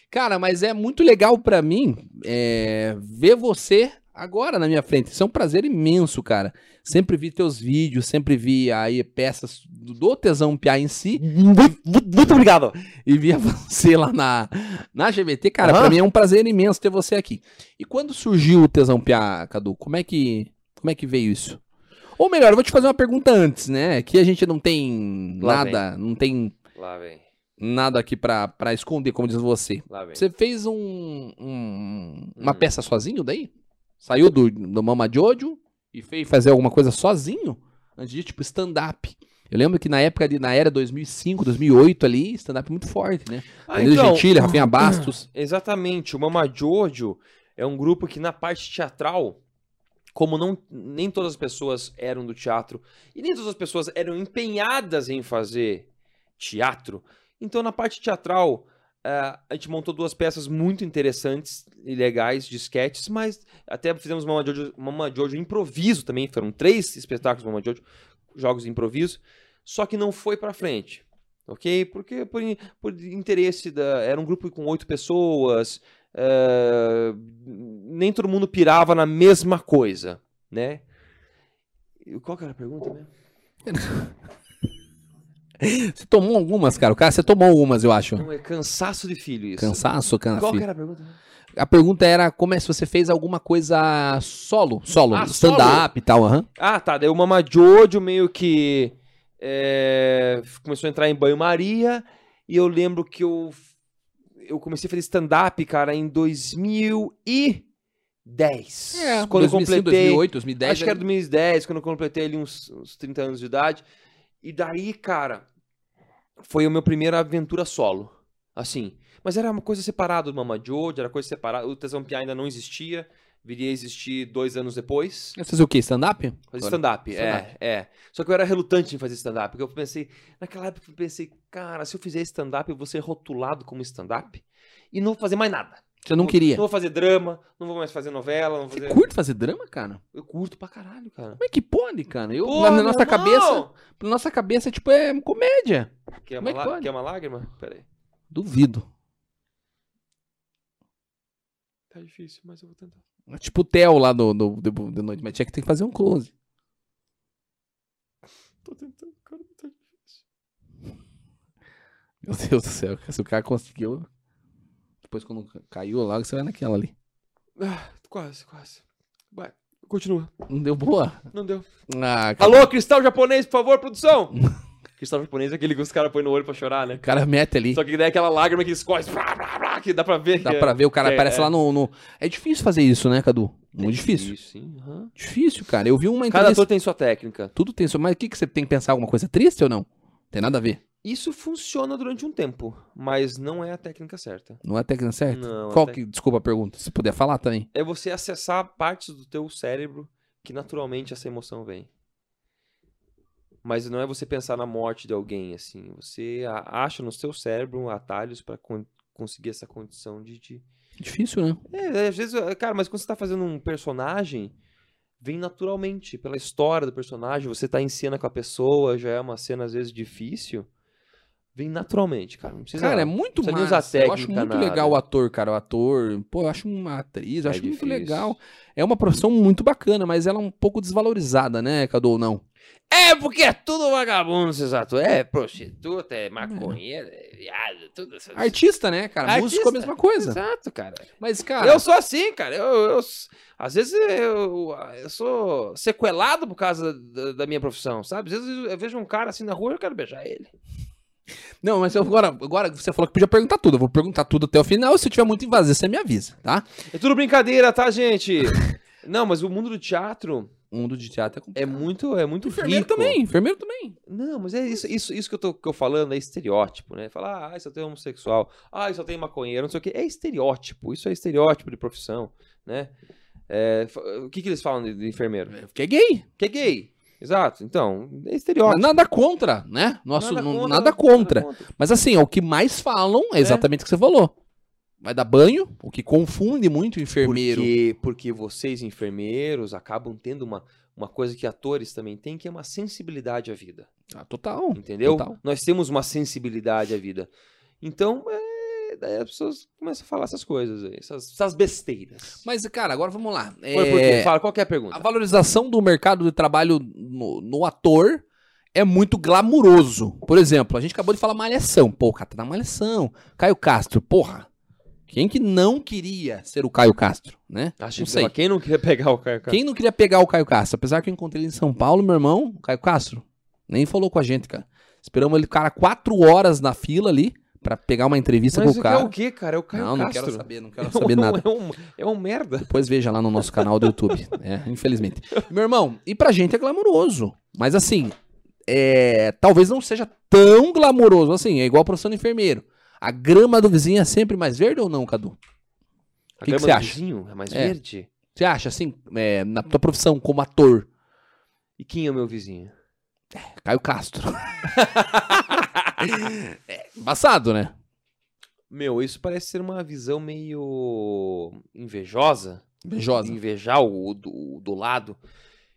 S1: Cara, mas é muito legal pra mim é, ver você agora na minha frente. Isso é um prazer imenso, cara. Sempre vi teus vídeos, sempre vi aí peças do, do Tesão Piá em si
S2: Muito, muito- muito obrigado.
S1: e via você lá na, na GBT. Cara,
S2: Aham.
S1: pra mim é um prazer imenso ter você aqui. E quando surgiu o Tesão Piá, Cadu, como é que, como é que veio isso? Ou melhor, eu vou te fazer uma pergunta antes, né? Que a gente não tem
S2: Lá
S1: nada, não tem
S2: Lá vem,
S1: nada aqui pra, pra esconder, como diz você.
S2: lá vem.
S1: Você fez um, um- uma
S2: Hum.
S1: peça sozinho daí? Saiu do, do Mama Jojo e fez fazer alguma coisa sozinho? Antes de tipo stand-up. Eu lembro que na época de, na era 2005, 2008 ali, stand-up muito forte, né?
S2: Ah,
S1: Danilo Gentili, Rafinha Bastos.
S2: Exatamente. O Mama Jojo é um grupo que na parte teatral, como não nem todas as pessoas eram do teatro e nem todas as pessoas eram empenhadas em fazer teatro, então na parte teatral ah, a gente montou duas peças muito interessantes e legais de sketches, mas até fizemos Mama Jojo, Mama Jojo improviso também, foram três espetáculos Mama Jojo, jogos de improviso, só que não foi pra frente. Ok? Porque por, in- por interesse da. Era um grupo com oito pessoas. eh, nem todo mundo pirava na mesma coisa, né? E Qual que era a pergunta mesmo?
S1: Você tomou algumas, cara. O cara, você tomou algumas, eu acho.
S2: Não, é cansaço de filho isso.
S1: Cansaço,
S2: Qual que é?
S1: cansaço.
S2: era a pergunta? mesmo?
S1: A pergunta era como é se você fez alguma coisa solo, solo,
S2: Ah,
S1: stand-up e tal, aham.
S2: Ah, tá. Daí o Mama Jojo meio que eh, começou a entrar em banho-maria. E eu lembro que eu, eu comecei a fazer stand-up, cara, em 2010.
S1: É.
S2: quando É, eu
S1: 2005,
S2: completei.
S1: 2008, 2010.
S2: Acho que era 2010, quando eu completei ali uns, uns 30 anos de idade. E daí, cara, foi a minha primeira aventura solo. Assim. Mas era uma coisa separada do Mama Jojo, era coisa separada. O Tesão Piá ainda não existia. Viria a existir dois anos depois.
S1: Fazer o quê? Stand-up?
S2: Fazer stand-up,
S1: Stand-up.
S2: é, é. Só que eu era relutante em fazer stand-up, porque eu pensei, naquela época eu pensei, cara, se eu fizer stand-up, eu vou ser rotulado como stand-up e não vou fazer mais nada.
S1: Você não queria.
S2: Não vou fazer drama, não vou mais fazer novela, não vou
S1: Você
S2: fazer...
S1: curte fazer drama, cara?
S2: Eu curto pra caralho, cara.
S1: Como é que pode, cara? Eu,
S2: Porra,
S1: na
S2: meu
S1: nossa
S2: irmão!
S1: cabeça, na nossa cabeça, tipo, é comédia.
S2: Quer
S1: Como
S2: uma,
S1: é que
S2: lá-
S1: pode?
S2: quer uma lágrima? Pera aí.
S1: Duvido.
S2: Tá difícil, mas eu vou tentar.
S1: É tipo o Theo lá do, do, do, do Noite Mas tinha que ter que fazer um close.
S2: Tô tentando, cara, mas tá difícil.
S1: Meu Deus do céu, se o cara conseguiu. Depois quando caiu logo, você vai naquela ali.
S2: Ah, quase, quase. Vai, continua.
S1: Não deu boa?
S2: Não deu.
S1: Ah, cara,
S2: Alô, cristal japonês, por favor, produção! cristal japonês é aquele que os caras põem no olho pra chorar, né?
S1: o cara mete ali.
S2: Só que daí é aquela lágrima que escorre, brá, brá, brá, que dá pra ver.
S1: Dá
S2: que é-
S1: pra ver, o cara
S2: é,
S1: aparece
S2: é.
S1: lá no, no- É difícil fazer isso, né, Cadu? Muito difícil. Então,
S2: sim, aham.
S1: Difícil, cara. Eu vi uma
S2: Cada
S1: entrevista.
S2: ator tem sua técnica.
S1: Tudo tem isso. Mas o que, que você tem que pensar? Alguma coisa triste ou não? Tem nada a ver.
S2: Isso funciona durante um tempo, mas não é a técnica certa.
S1: Não é a técnica certa?
S2: Não, a
S1: Qual
S2: tec-
S1: que. Desculpa a pergunta. Se puder falar também.
S2: É você acessar partes do teu cérebro que naturalmente essa emoção vem. Mas não é você pensar na morte de alguém, assim. Você a- acha no seu cérebro um atalhos pra con- conseguir essa condição de, de
S1: Difícil, né?
S2: É, às vezes, eh, cara, mas quando você tá fazendo um personagem, vem naturalmente, pela história do personagem, você tá em cena com a pessoa, já é uma cena às vezes difícil, vem naturalmente, cara. Não precisa.
S1: Cara, é muito
S2: precisa
S1: massa.
S2: nem usar
S1: eu acho
S2: técnica,
S1: muito
S2: nada.
S1: legal o ator, cara. O ator, pô, eu acho uma atriz, eu
S2: É
S1: acho muito
S2: difícil.
S1: legal. É uma profissão muito bacana, mas ela é um pouco desvalorizada, né, Cadu, ou não?
S2: É porque é tudo vagabundo, exato. É,
S3: Prostituta, é maconheiro, é viado, tudo isso.
S1: Artista, né, cara?
S2: Artista.
S1: Músico é a mesma coisa.
S2: exato, cara.
S1: Mas, cara,
S2: Eu sou assim, cara. Eu, eu s- às vezes eu, eu sou sequelado por causa da, da minha profissão, sabe? Às vezes eu vejo um cara assim na rua e eu quero beijar ele.
S1: não, mas eu agora, agora você falou que podia perguntar tudo. Eu vou perguntar tudo até o final. Se eu tiver muito invasivo, você me avisa, tá?
S2: É tudo brincadeira, tá, gente? Não, mas o mundo do teatro
S1: O mundo de teatro é complicado.
S2: é muito, é muito
S1: Enfermeiro
S2: rico.
S1: também, enfermeiro também.
S2: Não, mas
S1: Hum.
S2: é isso, isso, isso que eu tô que eu falando é estereótipo, né? Falar, ah, só tem homossexual, ah, só tem maconheiro, não sei o quê. É estereótipo, isso é estereótipo de profissão, né? É, fa- o que que eles falam de, de enfermeiro?
S1: Porque é gay.
S2: Que é gay. Exato, então, é
S1: Mas
S2: estereótipo.
S1: Nada contra, né? Nosso, não- nada
S2: contra.
S1: contra. Mas assim, é o que mais falam é exatamente o que você falou. Vai dar banho, o que confunde muito o enfermeiro.
S2: Porque, porque vocês, enfermeiros, acabam tendo uma, uma coisa que atores também têm, que é uma sensibilidade à vida.
S1: Ah, total.
S2: Entendeu?
S1: Total.
S2: Nós temos uma sensibilidade à vida. Então, é, daí as pessoas começam a falar essas coisas aí, essas, essas besteiras.
S1: Mas, cara, agora vamos lá. É,
S2: Foi por quê? Fala, qual que é a pergunta?
S1: a valorização do mercado de trabalho no, no ator é muito glamuroso. Por exemplo, a gente acabou de falar Malhação. Pô, o cara tá na Malhação. Caio Castro, porra. Quem que não queria ser o Caio Castro, né?
S2: Acho
S1: não
S2: que
S1: sei.
S2: sei. quem não queria pegar o Tá, cara.
S1: Quem não queria pegar o Caio Castro? Apesar que eu encontrei ele em São Paulo, meu irmão, o Caio Castro, nem falou com a gente, cara. Esperamos ele, cara, quatro horas na fila ali pra pegar uma entrevista com
S2: Mas isso
S1: o
S2: aqui é
S1: cara.
S2: o quê, cara? É o Caio
S1: não, não
S2: Castro.
S1: quero saber, não quero
S2: É um-
S1: saber nada.
S2: É um, é um merda.
S1: Depois veja lá no nosso canal do YouTube, né? Infelizmente. Meu irmão, e pra gente é glamouroso. Mas assim, é, talvez não seja tão glamouroso assim. É igual a profissão de enfermeiro. A grama do vizinho é sempre mais verde ou não, Cadu?
S2: A
S1: que
S2: grama
S1: você
S2: do
S1: acha?
S2: vizinho é mais
S1: É.
S2: verde?
S1: Você acha assim, é, na tua profissão como ator,
S2: E quem é o meu vizinho?
S1: Caio Castro? é, embaçado, né?
S2: Meu, isso parece ser uma visão meio invejosa.
S1: Invejosa.
S2: de Invejar o, o do, o do lado.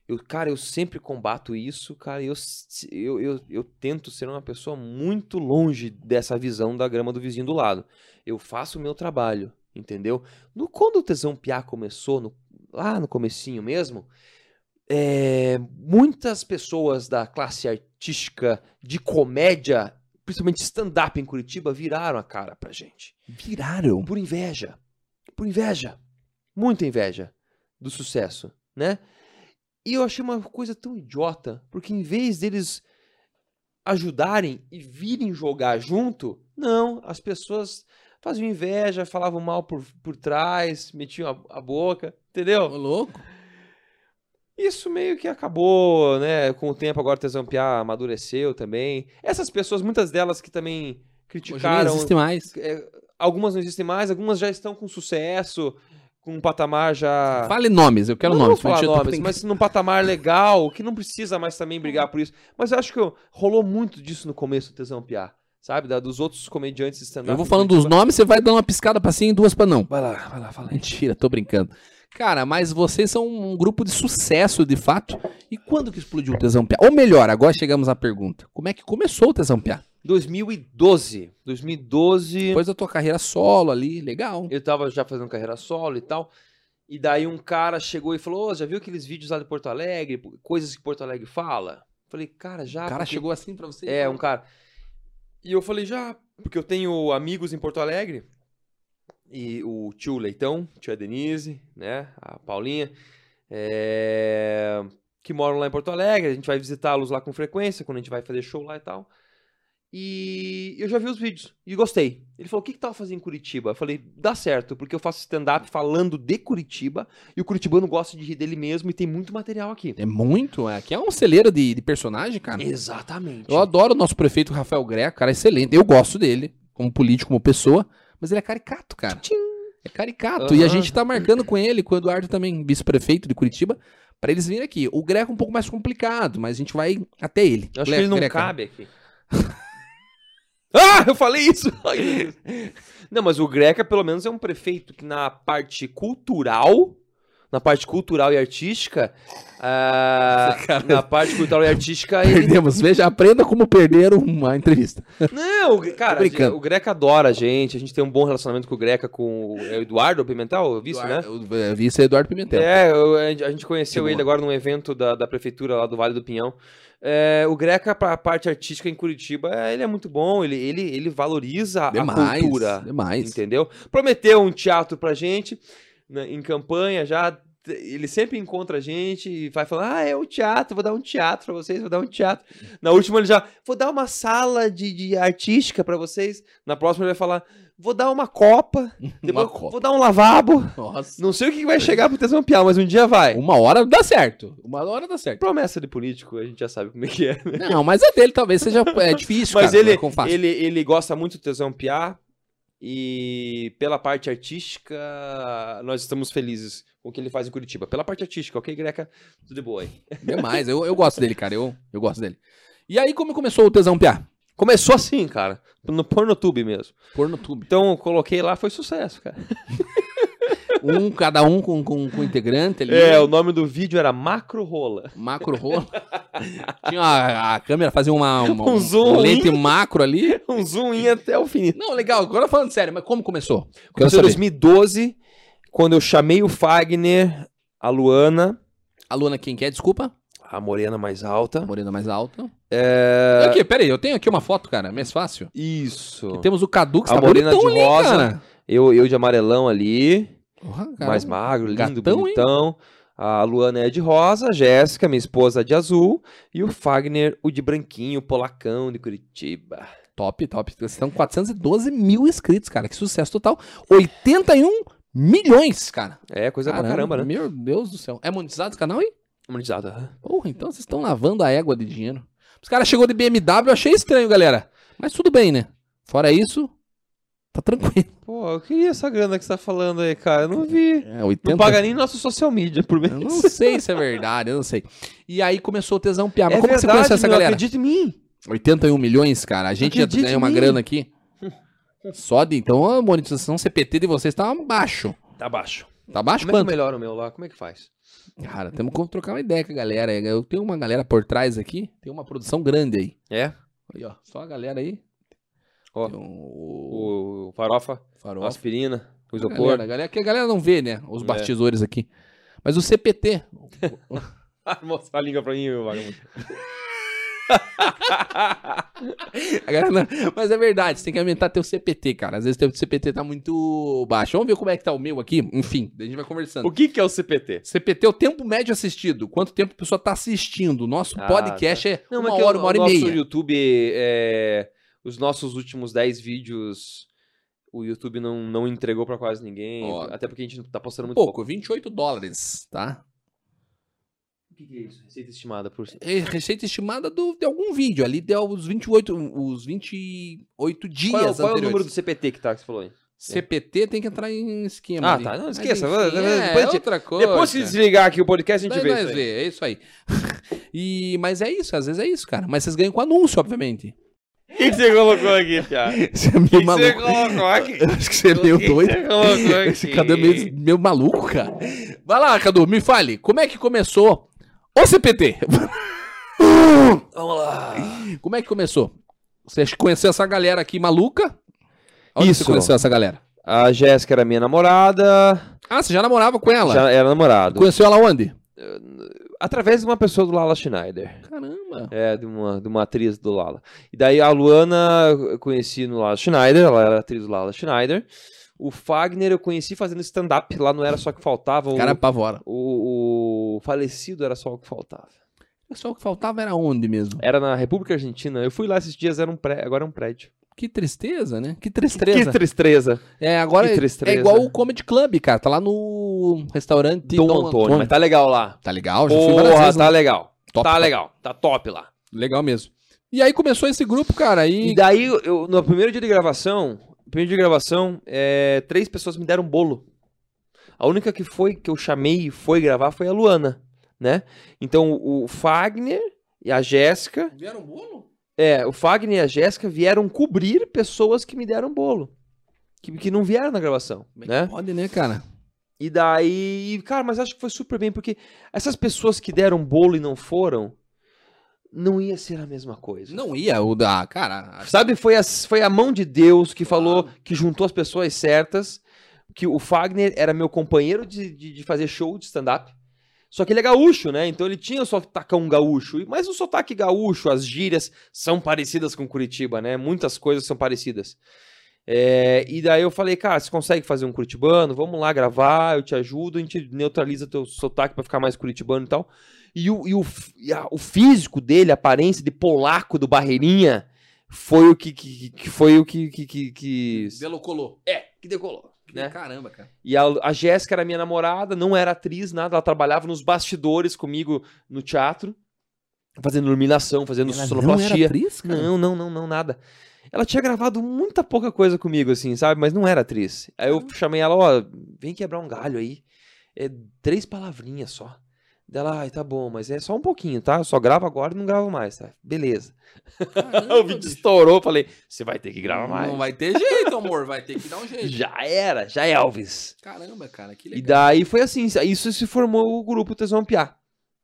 S2: Eu, cara, eu sempre combato isso, cara. Eu, se- eu, eu, eu tento ser uma pessoa muito longe dessa visão da grama do vizinho do lado. Eu faço o meu trabalho, entendeu? No, quando o Tesão Piá começou, no- lá no comecinho mesmo, é, muitas pessoas da classe artística de comédia, principalmente stand-up em Curitiba, viraram a cara pra gente.
S1: Viraram.
S2: Por inveja. Por inveja. Muita inveja do sucesso, né? E eu achei uma coisa tão idiota, porque em vez deles ajudarem e virem jogar junto, não, as pessoas faziam inveja, falavam mal por, por trás, metiam a, a boca, entendeu?
S1: Ô, louco.
S2: Isso meio que acabou, né? Com o tempo agora o Tesão Piá amadureceu também. Essas pessoas, muitas delas que também
S1: Hoje não
S2: criticaram
S1: existe mais.
S2: é, algumas não existem mais, algumas já estão com sucesso, com um patamar já.
S1: Fale nomes, eu quero
S2: não
S1: nomes.
S2: vou falar
S1: mas eu tô
S2: nomes,
S1: brincando.
S2: mas num patamar legal, que não precisa mais também brigar por isso. Mas eu acho que rolou muito disso no começo do Tesão Piá, sabe? Da- dos outros comediantes stand-up.
S1: Eu vou falando dos nomes, você vai dando uma piscada pra sim e duas pra não.
S2: Vai lá, vai lá, fala aí.
S1: Mentira, tô brincando. Cara, mas vocês são um grupo de sucesso, de fato. E quando que explodiu o Tesão Piá? Ou melhor, agora chegamos à pergunta. Como é que começou o Tesão Piá?
S2: 2012. 2012.
S1: Depois da tua carreira solo ali, legal.
S2: Eu tava já fazendo carreira solo e tal. E daí um cara chegou e falou: Ô, já viu aqueles vídeos lá de Porto Alegre? Coisas que Porto Alegre fala? Falei, cara, já.
S1: o cara
S2: porque-
S1: chegou assim pra você?
S2: É, um cara. E eu falei, já, porque eu tenho amigos em Porto Alegre. E o tio Leitão, tia Denise, né? A Paulinha. é, Que moram lá em Porto Alegre. A gente vai visitá-los lá com frequência, quando a gente vai fazer show lá e tal. E eu já vi os vídeos e gostei. Ele falou: o que, que tava fazendo em Curitiba? Eu falei, dá certo, porque eu faço stand-up falando de Curitiba, e o curitibano gosta de rir dele mesmo e tem muito material aqui.
S1: É muito, é. Aqui é um celeiro de, de personagem, cara.
S2: Exatamente.
S1: Eu adoro o nosso prefeito Rafael Greco, cara, excelente. Eu gosto dele, como político, como pessoa. Mas ele é caricato, cara. É caricato. E a
S2: Aham.
S1: gente tá marcando com ele, com o Eduardo também, vice-prefeito de Curitiba, pra eles virem aqui. O Greco é um pouco mais complicado, mas a gente vai até ele.
S2: Eu acho
S1: Le-
S2: que ele não
S1: Greco.
S2: cabe aqui. ah, eu falei isso! Ai, meu Deus. não, mas o Greca, pelo menos, é um prefeito que na parte cultural, na parte cultural e artística, ah, na parte cultural e artística, ele...
S1: Perdemos. Veja, aprenda como perder uma entrevista.
S2: Não, o Gre- cara,
S1: brincando.
S2: o Greca adora a gente, a gente tem um bom relacionamento com o Greca, com o é o Eduardo Pimental, o vice, né?
S1: Eduardo- o, é, Vice é Eduardo Pimentel.
S2: É, eu- a gente- a gente conheceu
S1: Chegou.
S2: ele agora num evento da, da prefeitura lá do Vale do Pinhão. É, o Greca, pra parte artística em Curitiba, é, ele é muito bom, ele, ele, ele valoriza a
S1: Demais.
S2: cultura,
S1: Demais.
S2: entendeu? Prometeu um teatro pra gente, né, em campanha já, t- ele sempre encontra a gente e vai falando, ah, é o teatro, vou dar um teatro pra vocês, vou dar um teatro. Na última ele já, vou dar uma sala de, de artística pra vocês. Na próxima ele vai falar, vou dar uma copa, depois
S1: Uma copa.
S2: vou dar um lavabo.
S1: Nossa.
S2: Não sei o que vai chegar pro Tesão Piá, mas um dia vai.
S1: Uma hora dá certo. Uma hora dá certo.
S2: Promessa de político, a gente já sabe como é que é. né?
S1: Não, mas a dele talvez seja é difícil, cara,
S2: Mas
S1: não
S2: ele,
S1: é como fácil.
S2: ele, ele gosta muito do Tesão Piá e pela parte artística, nós estamos felizes com o que ele faz em Curitiba. Pela parte artística, ok, Greca? Tudo de boa aí.
S1: Demais, eu, eu gosto dele, cara. Eu, eu gosto dele. E aí, como começou o Tesão Piá?
S2: Começou assim, cara, no Pornotube mesmo.
S1: Pornotube.
S2: Então eu coloquei lá, foi sucesso, cara.
S1: Um, cada um com, com, com integrante ali.
S2: É, o nome do vídeo era Macro Rola.
S1: Macro rolo. Tinha a, a câmera, fazia uma, uma-
S2: Um
S1: um
S2: zoom,
S1: lente macro ali.
S2: um zoom in até o fim.
S1: Não, legal, agora falando sério, mas como começou? Quero
S2: Começou em
S1: saber.
S2: 2012, quando eu chamei o Fagner, a Luana,
S1: A Luana, quem quer, desculpa.
S2: a morena mais alta.
S1: Morena mais alta.
S2: É,
S1: Aqui, peraí, eu tenho aqui uma foto, cara, mais fácil.
S2: Isso.
S1: Temos o Cadu, que
S2: Hum. A
S1: está
S2: morena
S1: bonitão
S2: de
S1: ali,
S2: rosa.
S1: cara.
S2: Eu, eu de amarelão ali,
S1: Porra, cara. um
S2: mais magro, lindo,
S1: gatão, hein?
S2: bonitão. A Luana é de rosa, a Jéssica, minha esposa, é de azul. E o Fagner, o de branquinho, polacão de Curitiba.
S1: Top, top. Vocês estão com 412 mil inscritos, cara. Que sucesso total. 81 milhões, cara.
S2: É, coisa pra caramba, né?
S1: Meu Deus do céu. É monetizado esse canal, hein?
S2: Harmonizado. aham.
S1: Porra, então vocês estão lavando a égua de dinheiro. Os caras chegou de BMW, eu achei estranho, galera. Mas tudo bem, né? Fora isso, tá tranquilo.
S2: Pô, eu queria essa grana que você tá falando aí, cara. Eu não vi.
S1: É,
S2: Não
S1: 80.
S2: paga nem nosso social media por mês.
S1: Eu não sei se é verdade, eu não sei. E aí começou o tesão piá. Ah, Mas
S2: É
S1: como que você conhece
S2: verdade,
S1: essa
S2: meu,
S1: galera?
S2: Acredita em mim.
S1: 81 milhões, cara. A gente já
S2: Acredite
S1: ganhou uma
S2: em mim.
S1: grana aqui. Só de. Então a monetização CPT de vocês tá baixo.
S2: Tá baixo.
S1: Tá baixo
S2: Como é que
S1: quanto?
S2: melhora o meu lá? Como é que faz?
S1: Cara, temos como trocar uma ideia com a galera. aí. né? Eu tenho uma galera por trás aqui, tem uma produção grande aí.
S2: É?
S1: Aí, ó, só a galera aí.
S2: Ó.
S1: Tem um, o,
S2: O farofa,
S1: farol.
S2: aspirina, o
S1: A
S2: isopor.
S1: galera, a galera, que a galera não vê, né? Os
S2: É.
S1: bastidores aqui. Mas o CPT.
S2: Mostra a língua pra mim, meu vagabundo.
S1: a galera não- mas é verdade, você tem que aumentar teu CPT, cara. Às vezes teu CPT tá muito baixo. Vamos ver como é que tá o meu aqui. Enfim, daí a gente vai conversando.
S2: O que que é o CPT?
S1: CPT é o tempo médio assistido. Quanto tempo a pessoa tá assistindo? O nosso
S2: Ah,
S1: podcast é
S2: Não,
S1: uma
S2: mas que
S1: hora,
S2: o
S1: uma hora e
S2: nosso
S1: meia.
S2: YouTube, é, os nossos últimos 10 vídeos, o YouTube não, não entregou pra quase ninguém.
S1: Ó. um
S2: Até porque a gente tá postando muito pouco.
S1: Pouco, 28 dólares, tá?
S2: O que que é isso? Receita estimada por...
S1: É, Receita estimada do, de algum vídeo. Ali deu os 28, os 28 dias
S2: Qual, é o-
S1: anteriores.
S2: qual é o número do CPT que tá que você falou aí?
S1: CPT tem que entrar em esquema.
S2: Ah,
S1: ali.
S2: tá. Não,
S1: Mas,
S2: esqueça.
S1: enfim,
S2: Depois
S1: é
S2: de-
S1: outra coisa.
S2: Depois se desligar aqui o podcast, a
S1: Daí
S2: gente vê
S1: nós
S2: isso aí.
S1: vê, é isso aí. E, mas é isso, às vezes é isso, cara. Mas vocês ganham com anúncio, obviamente.
S2: O que que você colocou aqui, Piá? O
S1: Você é meio
S2: que que você colocou aqui?
S1: Eu acho que você é
S2: O
S1: meio
S2: que
S1: doido.
S2: que você colocou
S1: Esse
S2: aqui?
S1: Cadu é meio, meio maluco, cara. Vai lá, Cadu, me fale, como é que começou o CPT?
S2: Vamos lá.
S1: Como é que começou? Você conheceu essa galera aqui maluca? Onde
S2: Isso.
S1: Você conheceu essa galera?
S2: A Jéssica era minha namorada.
S1: Ah, você já namorava com ela?
S2: Já era namorado.
S1: Conheceu ela onde?
S2: Através de uma pessoa do Lala Schneider.
S1: Caramba.
S2: É, de uma, de uma atriz do Lala. E daí a Luana eu conheci no Lala Schneider, ela era atriz do Lala Schneider. O Fagner eu conheci fazendo stand-up, lá não era só o que faltava.
S1: O
S2: O,
S1: cara apavora.
S2: o, o falecido era só o que faltava.
S1: O pessoal que faltava era onde mesmo?
S2: Era na República Argentina. Eu fui lá esses dias, era um pré, agora é um prédio.
S1: Que tristeza, né? Que tristeza.
S2: Que tristeza.
S1: É, agora
S2: que
S1: é- é
S2: tristeza.
S1: igual o Comedy Club, cara. Tá lá no restaurante
S2: Dom, Antônio. Mas tá legal lá.
S1: Tá legal, já fui várias
S2: Porra,
S1: vezes.
S2: tá legal.
S1: Top,
S2: tá
S1: top.
S2: legal. Tá top lá.
S1: Legal mesmo. E aí começou esse grupo, cara, e...
S2: E daí, eu- eu, no primeiro dia de gravação, no primeiro dia de gravação, é, três pessoas me deram um bolo. A única que foi, que eu chamei e foi gravar foi a Luana, né? Então, o Fagner e a Jéssica,
S1: Vieram um bolo?
S2: é, o Fagner e a Jéssica vieram cobrir pessoas que me deram bolo. Que, que não vieram na gravação, né?
S1: Pode, né, cara?
S2: E daí, cara, mas acho que foi super bem, porque essas pessoas que deram bolo e não foram, não ia ser a mesma coisa.
S1: Não ia, o da... Cara,
S2: Sabe, foi a, foi a mão de Deus que
S1: Claro.
S2: falou, que juntou as pessoas certas, que o Fagner era meu companheiro de, de, de fazer show de stand-up. Só que ele é gaúcho, né? Então ele tinha o sotacão gaúcho. e- Mas o sotaque gaúcho, as gírias são parecidas com Curitiba, né? Muitas coisas são parecidas. É, e daí eu falei, cara, você consegue fazer um curitibano? Vamos lá gravar, eu te ajudo, a gente neutraliza teu sotaque pra ficar mais curitibano e tal. E o, e o, f- e a- o físico dele, a aparência de polaco do Barreirinha, foi o que, que, que foi o que, que, que, que-
S1: Delocolou. É, que decolou.
S2: Né?
S1: Caramba, cara.
S2: E a, a Jéssica era minha namorada, não era atriz, nada, ela trabalhava nos bastidores comigo no teatro, fazendo iluminação, fazendo sonoplastia.
S1: atriz,
S2: Não, não, não, não, nada. Ela tinha gravado muita pouca coisa comigo, assim, sabe? Mas não era atriz. Aí eu chamei ela, ó, vem quebrar um galho aí. É três palavrinhas só. Dela, ai, tá bom, mas é só um pouquinho, tá? Eu só gravo agora e não gravo mais, tá? Beleza.
S1: Caramba,
S2: o vídeo
S1: bicho.
S2: estourou, falei, você vai ter que gravar mais.
S1: Não vai ter jeito, amor. Vai ter que dar um jeito.
S2: Já era, já é Elvis.
S1: Caramba, cara, que
S2: E
S1: legal.
S2: daí foi assim, isso se formou o grupo Tesão Piá.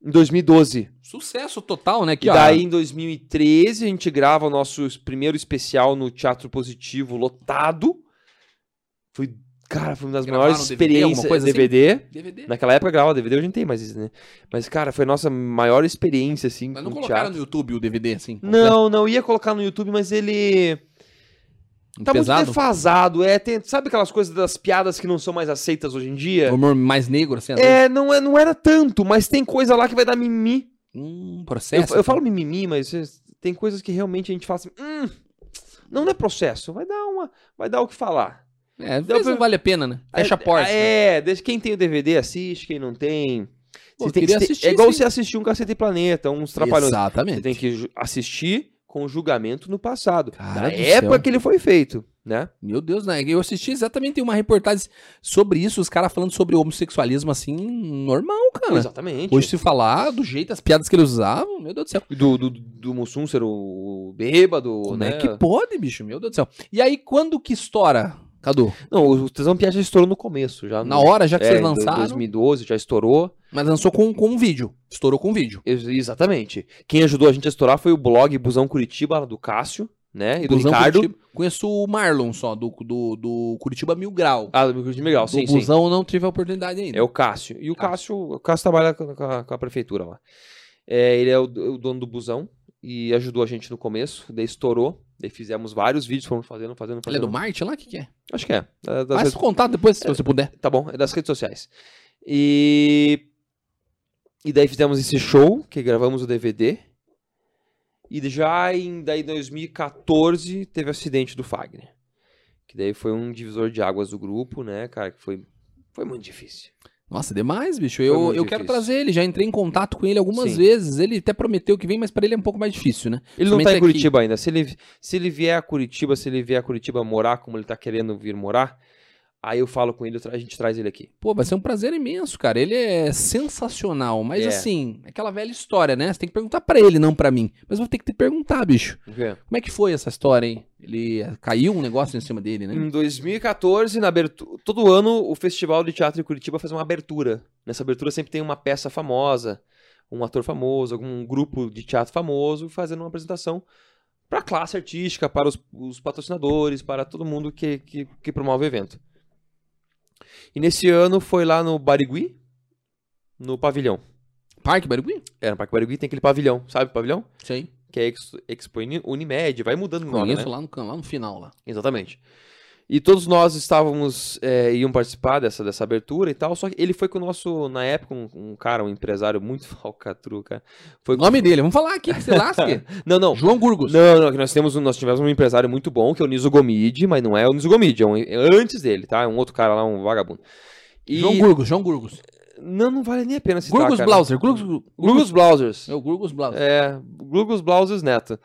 S2: em 2012.
S1: Sucesso total, né? Que,
S2: E
S1: ó,
S2: daí, em 2013, a gente grava o nosso es- primeiro especial no Teatro Positivo, lotado. Foi, cara, foi uma das
S1: Gravaram
S2: maiores
S1: DVD, alguma
S2: experiências
S1: coisa assim?
S2: DVD.
S1: DVD.
S2: Naquela época gravava DVD, hoje não tem mais isso, né? Mas, cara, foi a nossa maior experiência, assim,
S1: Mas não
S2: com
S1: colocaram
S2: teatro.
S1: no YouTube o DVD, assim? completo?
S2: Não, não, ia colocar no YouTube, mas ele tá muito
S1: Um pesado?
S2: defasado. É, tem- sabe aquelas coisas das piadas que não são mais aceitas hoje em dia?
S1: Humor mais negro, assim? às vezes?
S2: É, não, é, não era tanto, mas tem coisa lá que vai dar mimimi.
S1: Hum,
S2: Eu,
S1: processo.
S2: eu falo mimimi, mas vocês- tem coisas que realmente a gente fala assim, hum, não é processo, vai dar uma, vai dar o que falar.
S1: É, às
S2: Deu
S1: vezes
S2: pra-
S1: não vale a pena, né? Fecha a porta. né?
S2: É, deixa quem tem o DVD assiste, quem não tem.
S1: Pô,
S2: Você tem que
S1: queria
S2: ter-
S1: assistir,
S2: é igual
S1: sim.
S2: você assistir um Cacete e Planeta, uns Trapalhões.
S1: Exatamente.
S2: Você tem que ju- assistir com julgamento no passado.
S1: Cara
S2: na
S1: do
S2: época
S1: céu.
S2: que ele foi feito, né?
S1: Meu Deus, né? Eu assisti exatamente uma reportagem sobre isso, os caras falando sobre homossexualismo assim, normal, cara.
S2: Exatamente.
S1: né? Hoje se falar do jeito, as piadas que eles usavam, meu Deus do céu.
S2: Do, do, do Mussum ser o bêbado,
S1: Como
S2: né?
S1: é que pode, bicho? Meu Deus do céu. E aí, quando que estoura, Cadu?
S2: Não, o Tesão Piá já estourou no começo. Já
S1: Na
S2: no-
S1: hora já que
S2: é,
S1: vocês
S2: em do-
S1: lançaram,
S2: 2012 já estourou.
S1: mas lançou com, com um vídeo. Estourou com um vídeo.
S2: Ex- Exatamente. Quem ajudou a gente a estourar foi o blog Busão Curitiba, lá do Cássio, né? E do
S1: Busão
S2: Ricardo.
S1: Curitiba. Conheço o Marlon só, do, do, do Curitiba Mil Grau.
S2: Ah, do Curitiba Legal, sim,
S1: o
S2: sim.
S1: Busão não tive a oportunidade ainda.
S2: É o Cássio. E o Cássio, o Cássio trabalha com com a, com a prefeitura lá. É, ele é o, do- o dono do Busão e ajudou a gente no começo, daí estourou, daí fizemos vários vídeos, fomos fazendo, fazendo,
S1: Ele é
S2: fazendo.
S1: do Marte lá? O que, que é?
S2: Acho que é. é das
S1: Faz
S2: redes-
S1: esse contato depois, se você puder.
S2: Tá bom, é das redes sociais. E. E daí fizemos esse show, que gravamos o DVD. E já em daí 2014 teve o acidente do Fagner. Que daí foi um divisor de águas do grupo, né, cara? Que foi, foi muito difícil.
S1: Nossa, é demais, bicho.
S2: Foi
S1: Eu,
S2: muito
S1: eu quero
S2: difícil.
S1: trazer ele. Já entrei em contato com ele algumas
S2: Sim.
S1: vezes. Ele até prometeu que vem, mas pra ele é um pouco mais difícil, né?
S2: Ele não
S1: Somente
S2: tá em
S1: aqui.
S2: Curitiba ainda. Se ele, se ele vier a Curitiba, se ele vier a Curitiba morar, como ele tá querendo vir morar, aí eu falo com ele, eu tra- a gente traz ele aqui.
S1: Pô, vai ser um prazer imenso, cara. Ele é sensacional. Mas
S2: É.
S1: assim, é aquela velha história, né? Você tem que perguntar pra ele, não pra mim. Mas vou ter que te perguntar, bicho. Como é que foi essa história, hein? Ele caiu um negócio em cima dele, né?
S2: Em 2014, na abertura, todo ano o Festival de Teatro de Curitiba faz uma abertura. Nessa abertura sempre tem uma peça famosa, um ator famoso, algum grupo de teatro famoso fazendo uma apresentação para a classe artística, para os, os patrocinadores, para todo mundo que, que, que promove o evento. E nesse ano foi lá no Barigui, no pavilhão.
S1: Parque Barigui?
S2: É, no Parque Barigui tem aquele pavilhão, sabe o pavilhão?
S1: Sei.
S2: Que é Ex- Expo Uni- Unimed, vai mudando o nome, né?
S1: Conheço lá, no, can- lá no final lá.
S2: Exatamente. E todos nós estávamos, é, iam participar dessa, dessa abertura e tal, só que ele foi com o nosso, na época, um, um cara, um empresário muito falcatrua, cara. Foi
S1: O
S2: com...
S1: nome dele, vamos falar aqui, que você lasque.
S2: Não, não.
S1: João Gurgos.
S2: Não, não, que nós, temos, um- nós tivemos um empresário muito bom, que é o Niso Gomide, mas não é o Niso Gomide, é, um- é antes dele, tá? É um outro cara lá, um vagabundo. E...
S1: João Gurgos, João Gurgos.
S2: Não, não vale nem a pena citar,
S1: Gurgos
S2: cara.
S1: Blauser, Gurgos.
S2: né? Gurgos Blousers.
S1: É o Gurgos Blauser.
S2: É, Gurgos Blousers Neto.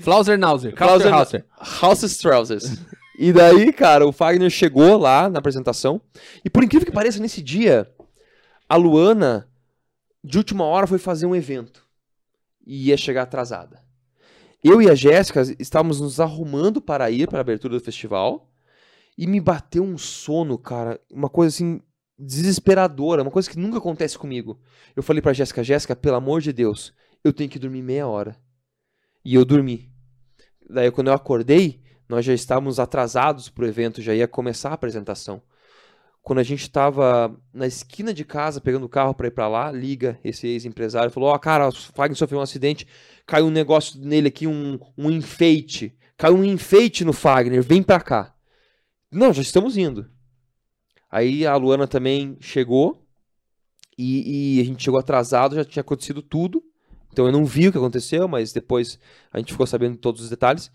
S1: Flauser Nauser.
S2: Flauser-
S1: Flauser
S2: House's Trousers. E daí, cara, o Fagner chegou lá na apresentação. E por incrível que pareça, nesse dia, a Luana, de última hora, foi fazer um evento. E ia chegar atrasada. Eu e a Jéssica estávamos nos arrumando para ir para a abertura do festival. E me bateu um sono, cara. Uma coisa assim, desesperadora. Uma coisa que nunca acontece comigo. Eu falei pra Jéssica, Jéssica, pelo amor de Deus, eu tenho que dormir meia hora. E eu dormi. Daí quando eu acordei, nós já estávamos atrasados pro evento, já ia começar a apresentação. Quando a gente estava na esquina de casa, pegando o carro para ir para lá, liga esse ex-empresário e falou: Ó, cara, o Fagner sofreu um acidente, caiu um negócio nele aqui, um, um enfeite. Caiu um enfeite no Fagner, vem pra cá. Não, já estamos indo. Aí a Luana também chegou e, e a gente chegou atrasado, já tinha acontecido tudo. Então eu não vi o que aconteceu, mas depois a gente ficou sabendo todos os detalhes.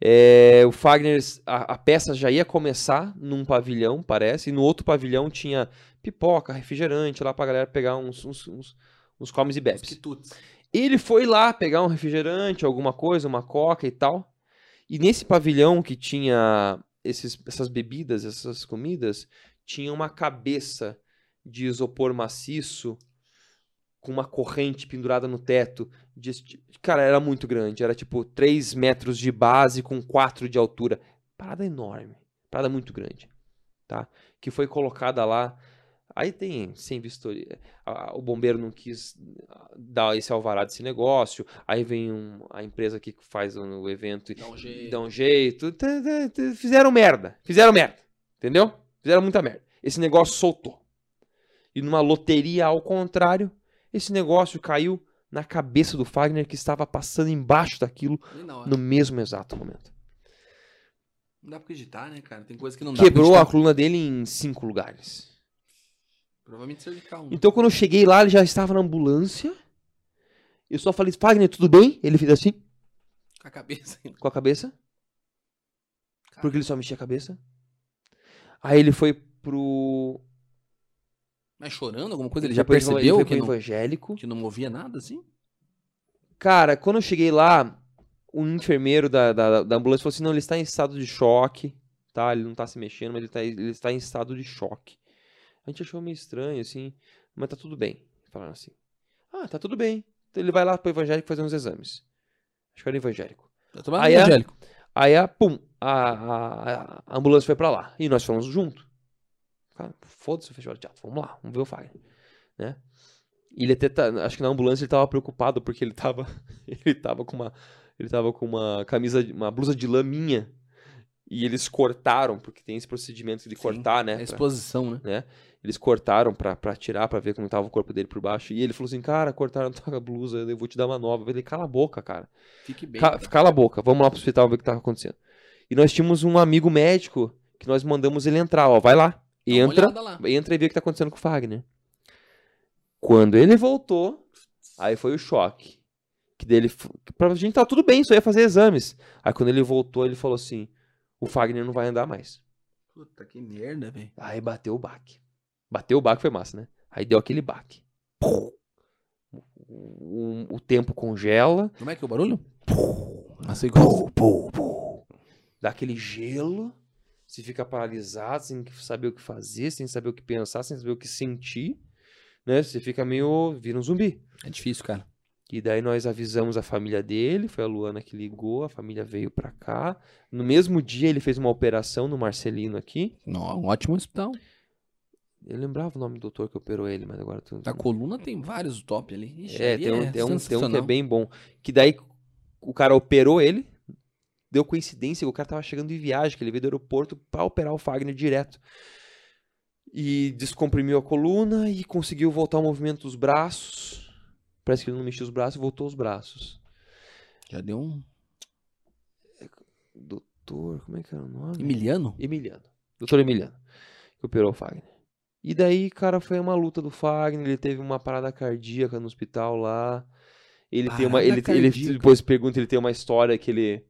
S2: É, o Fagner, a, a peça já ia começar num pavilhão, parece, e no outro pavilhão tinha pipoca, refrigerante lá pra galera pegar uns, uns, uns, uns comes e bebes. Ele foi lá pegar um refrigerante, alguma coisa, uma coca e tal. E nesse pavilhão que tinha esses- essas bebidas, essas comidas, tinha uma cabeça de isopor maciço com uma corrente pendurada no teto. de esti- Cara, era muito grande. Era tipo 3 metros de base com 4 de altura. Parada enorme. Parada muito grande. Tá? Que foi colocada lá Aí tem, sem vistoria, a- o bombeiro não quis ah, dar esse alvará desse negócio, aí vem um- a empresa aqui que faz o, o evento e
S1: Dá um jeito.
S2: dá um jeito, tã, tã, tã, fizeram merda, fizeram merda, entendeu? Fizeram muita merda. Esse negócio soltou. E numa loteria ao contrário, esse negócio caiu na cabeça do Fagner que estava passando embaixo daquilo
S1: E na hora.
S2: no mesmo exato momento.
S1: Não dá pra acreditar, né, cara? Tem coisa que não dá
S2: Quebrou
S1: pra
S2: a
S1: acreditar.
S2: coluna dele em cinco lugares.
S1: Provavelmente saiu de carro.
S2: Então quando eu cheguei lá, ele já estava na ambulância. Eu só falei, Fagner, tudo bem? Ele fez assim,
S1: Com a cabeça.
S2: com a cabeça. Porque ele só mexia a cabeça. Aí ele foi pro.
S1: Mas chorando alguma coisa? Ele já
S2: depois ele
S1: percebeu
S2: foi
S1: que
S2: pro
S1: não,
S2: evangélico.
S1: que não movia nada, assim?
S2: Cara, quando eu cheguei lá, um enfermeiro da, da, da ambulância falou assim: não, ele está em estado de choque, tá? Ele não está se mexendo, mas ele, tá, ele está em estado de choque. A gente achou meio estranho, assim, mas tá tudo bem. Falaram assim: ah, tá tudo bem. Então ele vai lá pro evangélico fazer uns exames. Acho que era evangélico.
S1: Tá tomando
S2: Aí é-
S1: evangélico.
S2: Aí, a, pum, a, a, a- a ambulância foi pra lá. E nós fomos junto. Cara, foda-se o festival de teatro. Vamos lá, vamos ver o Fagner. Né? E Ele até tá, acho que na ambulância ele tava preocupado porque ele tava, ele tava com uma, ele tava com uma camisa, de- uma blusa de lã minha. E eles cortaram, porque tem esse procedimento de
S1: Sim,
S2: cortar, né?
S1: É
S2: pra-
S1: exposição, né?
S2: eles cortaram pra, pra tirar, pra ver como tava o corpo dele por baixo. E ele falou assim, cara, cortaram tua blusa, eu vou te dar uma nova. Eu falei, cala a boca, cara.
S1: Fique bem.
S2: Ca- cala a boca, vamos lá pro hospital ver o que tá acontecendo. E nós tínhamos um amigo médico que nós mandamos ele entrar, ó, vai lá.
S1: Dá uma
S2: Entra,
S1: olhada Então, lá.
S2: entra e vê o que tá acontecendo com o Fagner. Quando ele voltou, aí foi o choque. Que dele, f- que pra gente tá tudo bem, só ia fazer exames. Aí quando ele voltou, ele falou assim: "O Fagner não vai andar mais".
S1: Puta, que merda, velho.
S2: Aí bateu o baque. Bateu o baque foi massa, né? Aí deu aquele baque. Pum. O- o- o tempo congela,
S1: Como é que é o barulho? Assim,
S2: Pô, pô, pô. Dá aquele gelo. Você fica paralisado, sem saber o que fazer, sem saber o que pensar, sem saber o que sentir. Né? Você fica meio. vira um zumbi.
S1: é difícil, cara.
S2: E daí nós avisamos a família dele, foi a Luana que ligou, a família veio pra cá. No mesmo dia ele fez uma operação no Marcelino aqui.
S1: Não, um ótimo hospital.
S2: Eu lembrava o nome do doutor que operou ele, mas agora tudo.
S1: Da coluna tem vários top ali. Ixi,
S2: É,
S1: ali
S2: tem um, tem, um, tem um que é
S1: sensacional.
S2: bem bom. Que daí o cara operou ele, deu coincidência que o cara tava chegando em viagem, que ele veio do aeroporto pra operar o Fagner direto. E descomprimiu a coluna e conseguiu voltar o movimento dos braços. Parece que ele não mexia os braços, voltou os braços.
S1: Já deu um.
S2: Doutor, como é que era o nome?
S1: Emiliano?
S2: Emiliano. Doutor Emiliano, que operou o Fagner. E daí, cara, foi uma luta do Fagner, ele teve uma parada cardíaca no hospital lá. Ele tem uma.
S1: Parada
S2: Ele, ele
S1: cardíaca?
S2: depois pergunta, ele tem uma história que ele.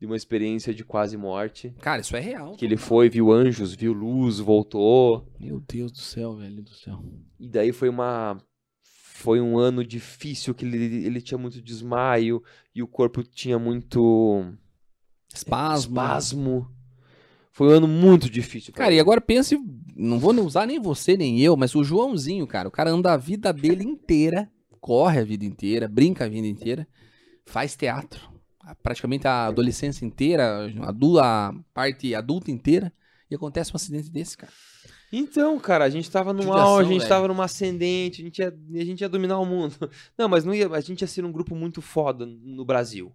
S2: De uma experiência de quase morte.
S1: Cara, isso é real.
S2: Que ele foi, viu anjos, viu luz, voltou.
S1: Meu Deus do céu, velho do céu.
S2: E daí foi uma. Foi um ano difícil, que ele, ele tinha muito desmaio e o corpo tinha muito
S1: Espasmo.
S2: espasmo. Foi um ano muito difícil. pra
S1: Cara, e
S2: ele.
S1: agora pense, não vou nem usar nem você nem eu, mas o Joãozinho, cara, o cara anda a vida dele inteira, corre a vida inteira, brinca a vida inteira, faz teatro, praticamente a adolescência inteira, a, du- a parte adulta inteira, e acontece um acidente desse, cara.
S2: Então, cara, a gente tava num
S1: Judiação,
S2: auge, a gente
S1: velho.
S2: tava numa ascendente, a gente, ia, a gente ia dominar o mundo. Não, mas não ia, a gente ia ser um grupo muito foda no Brasil.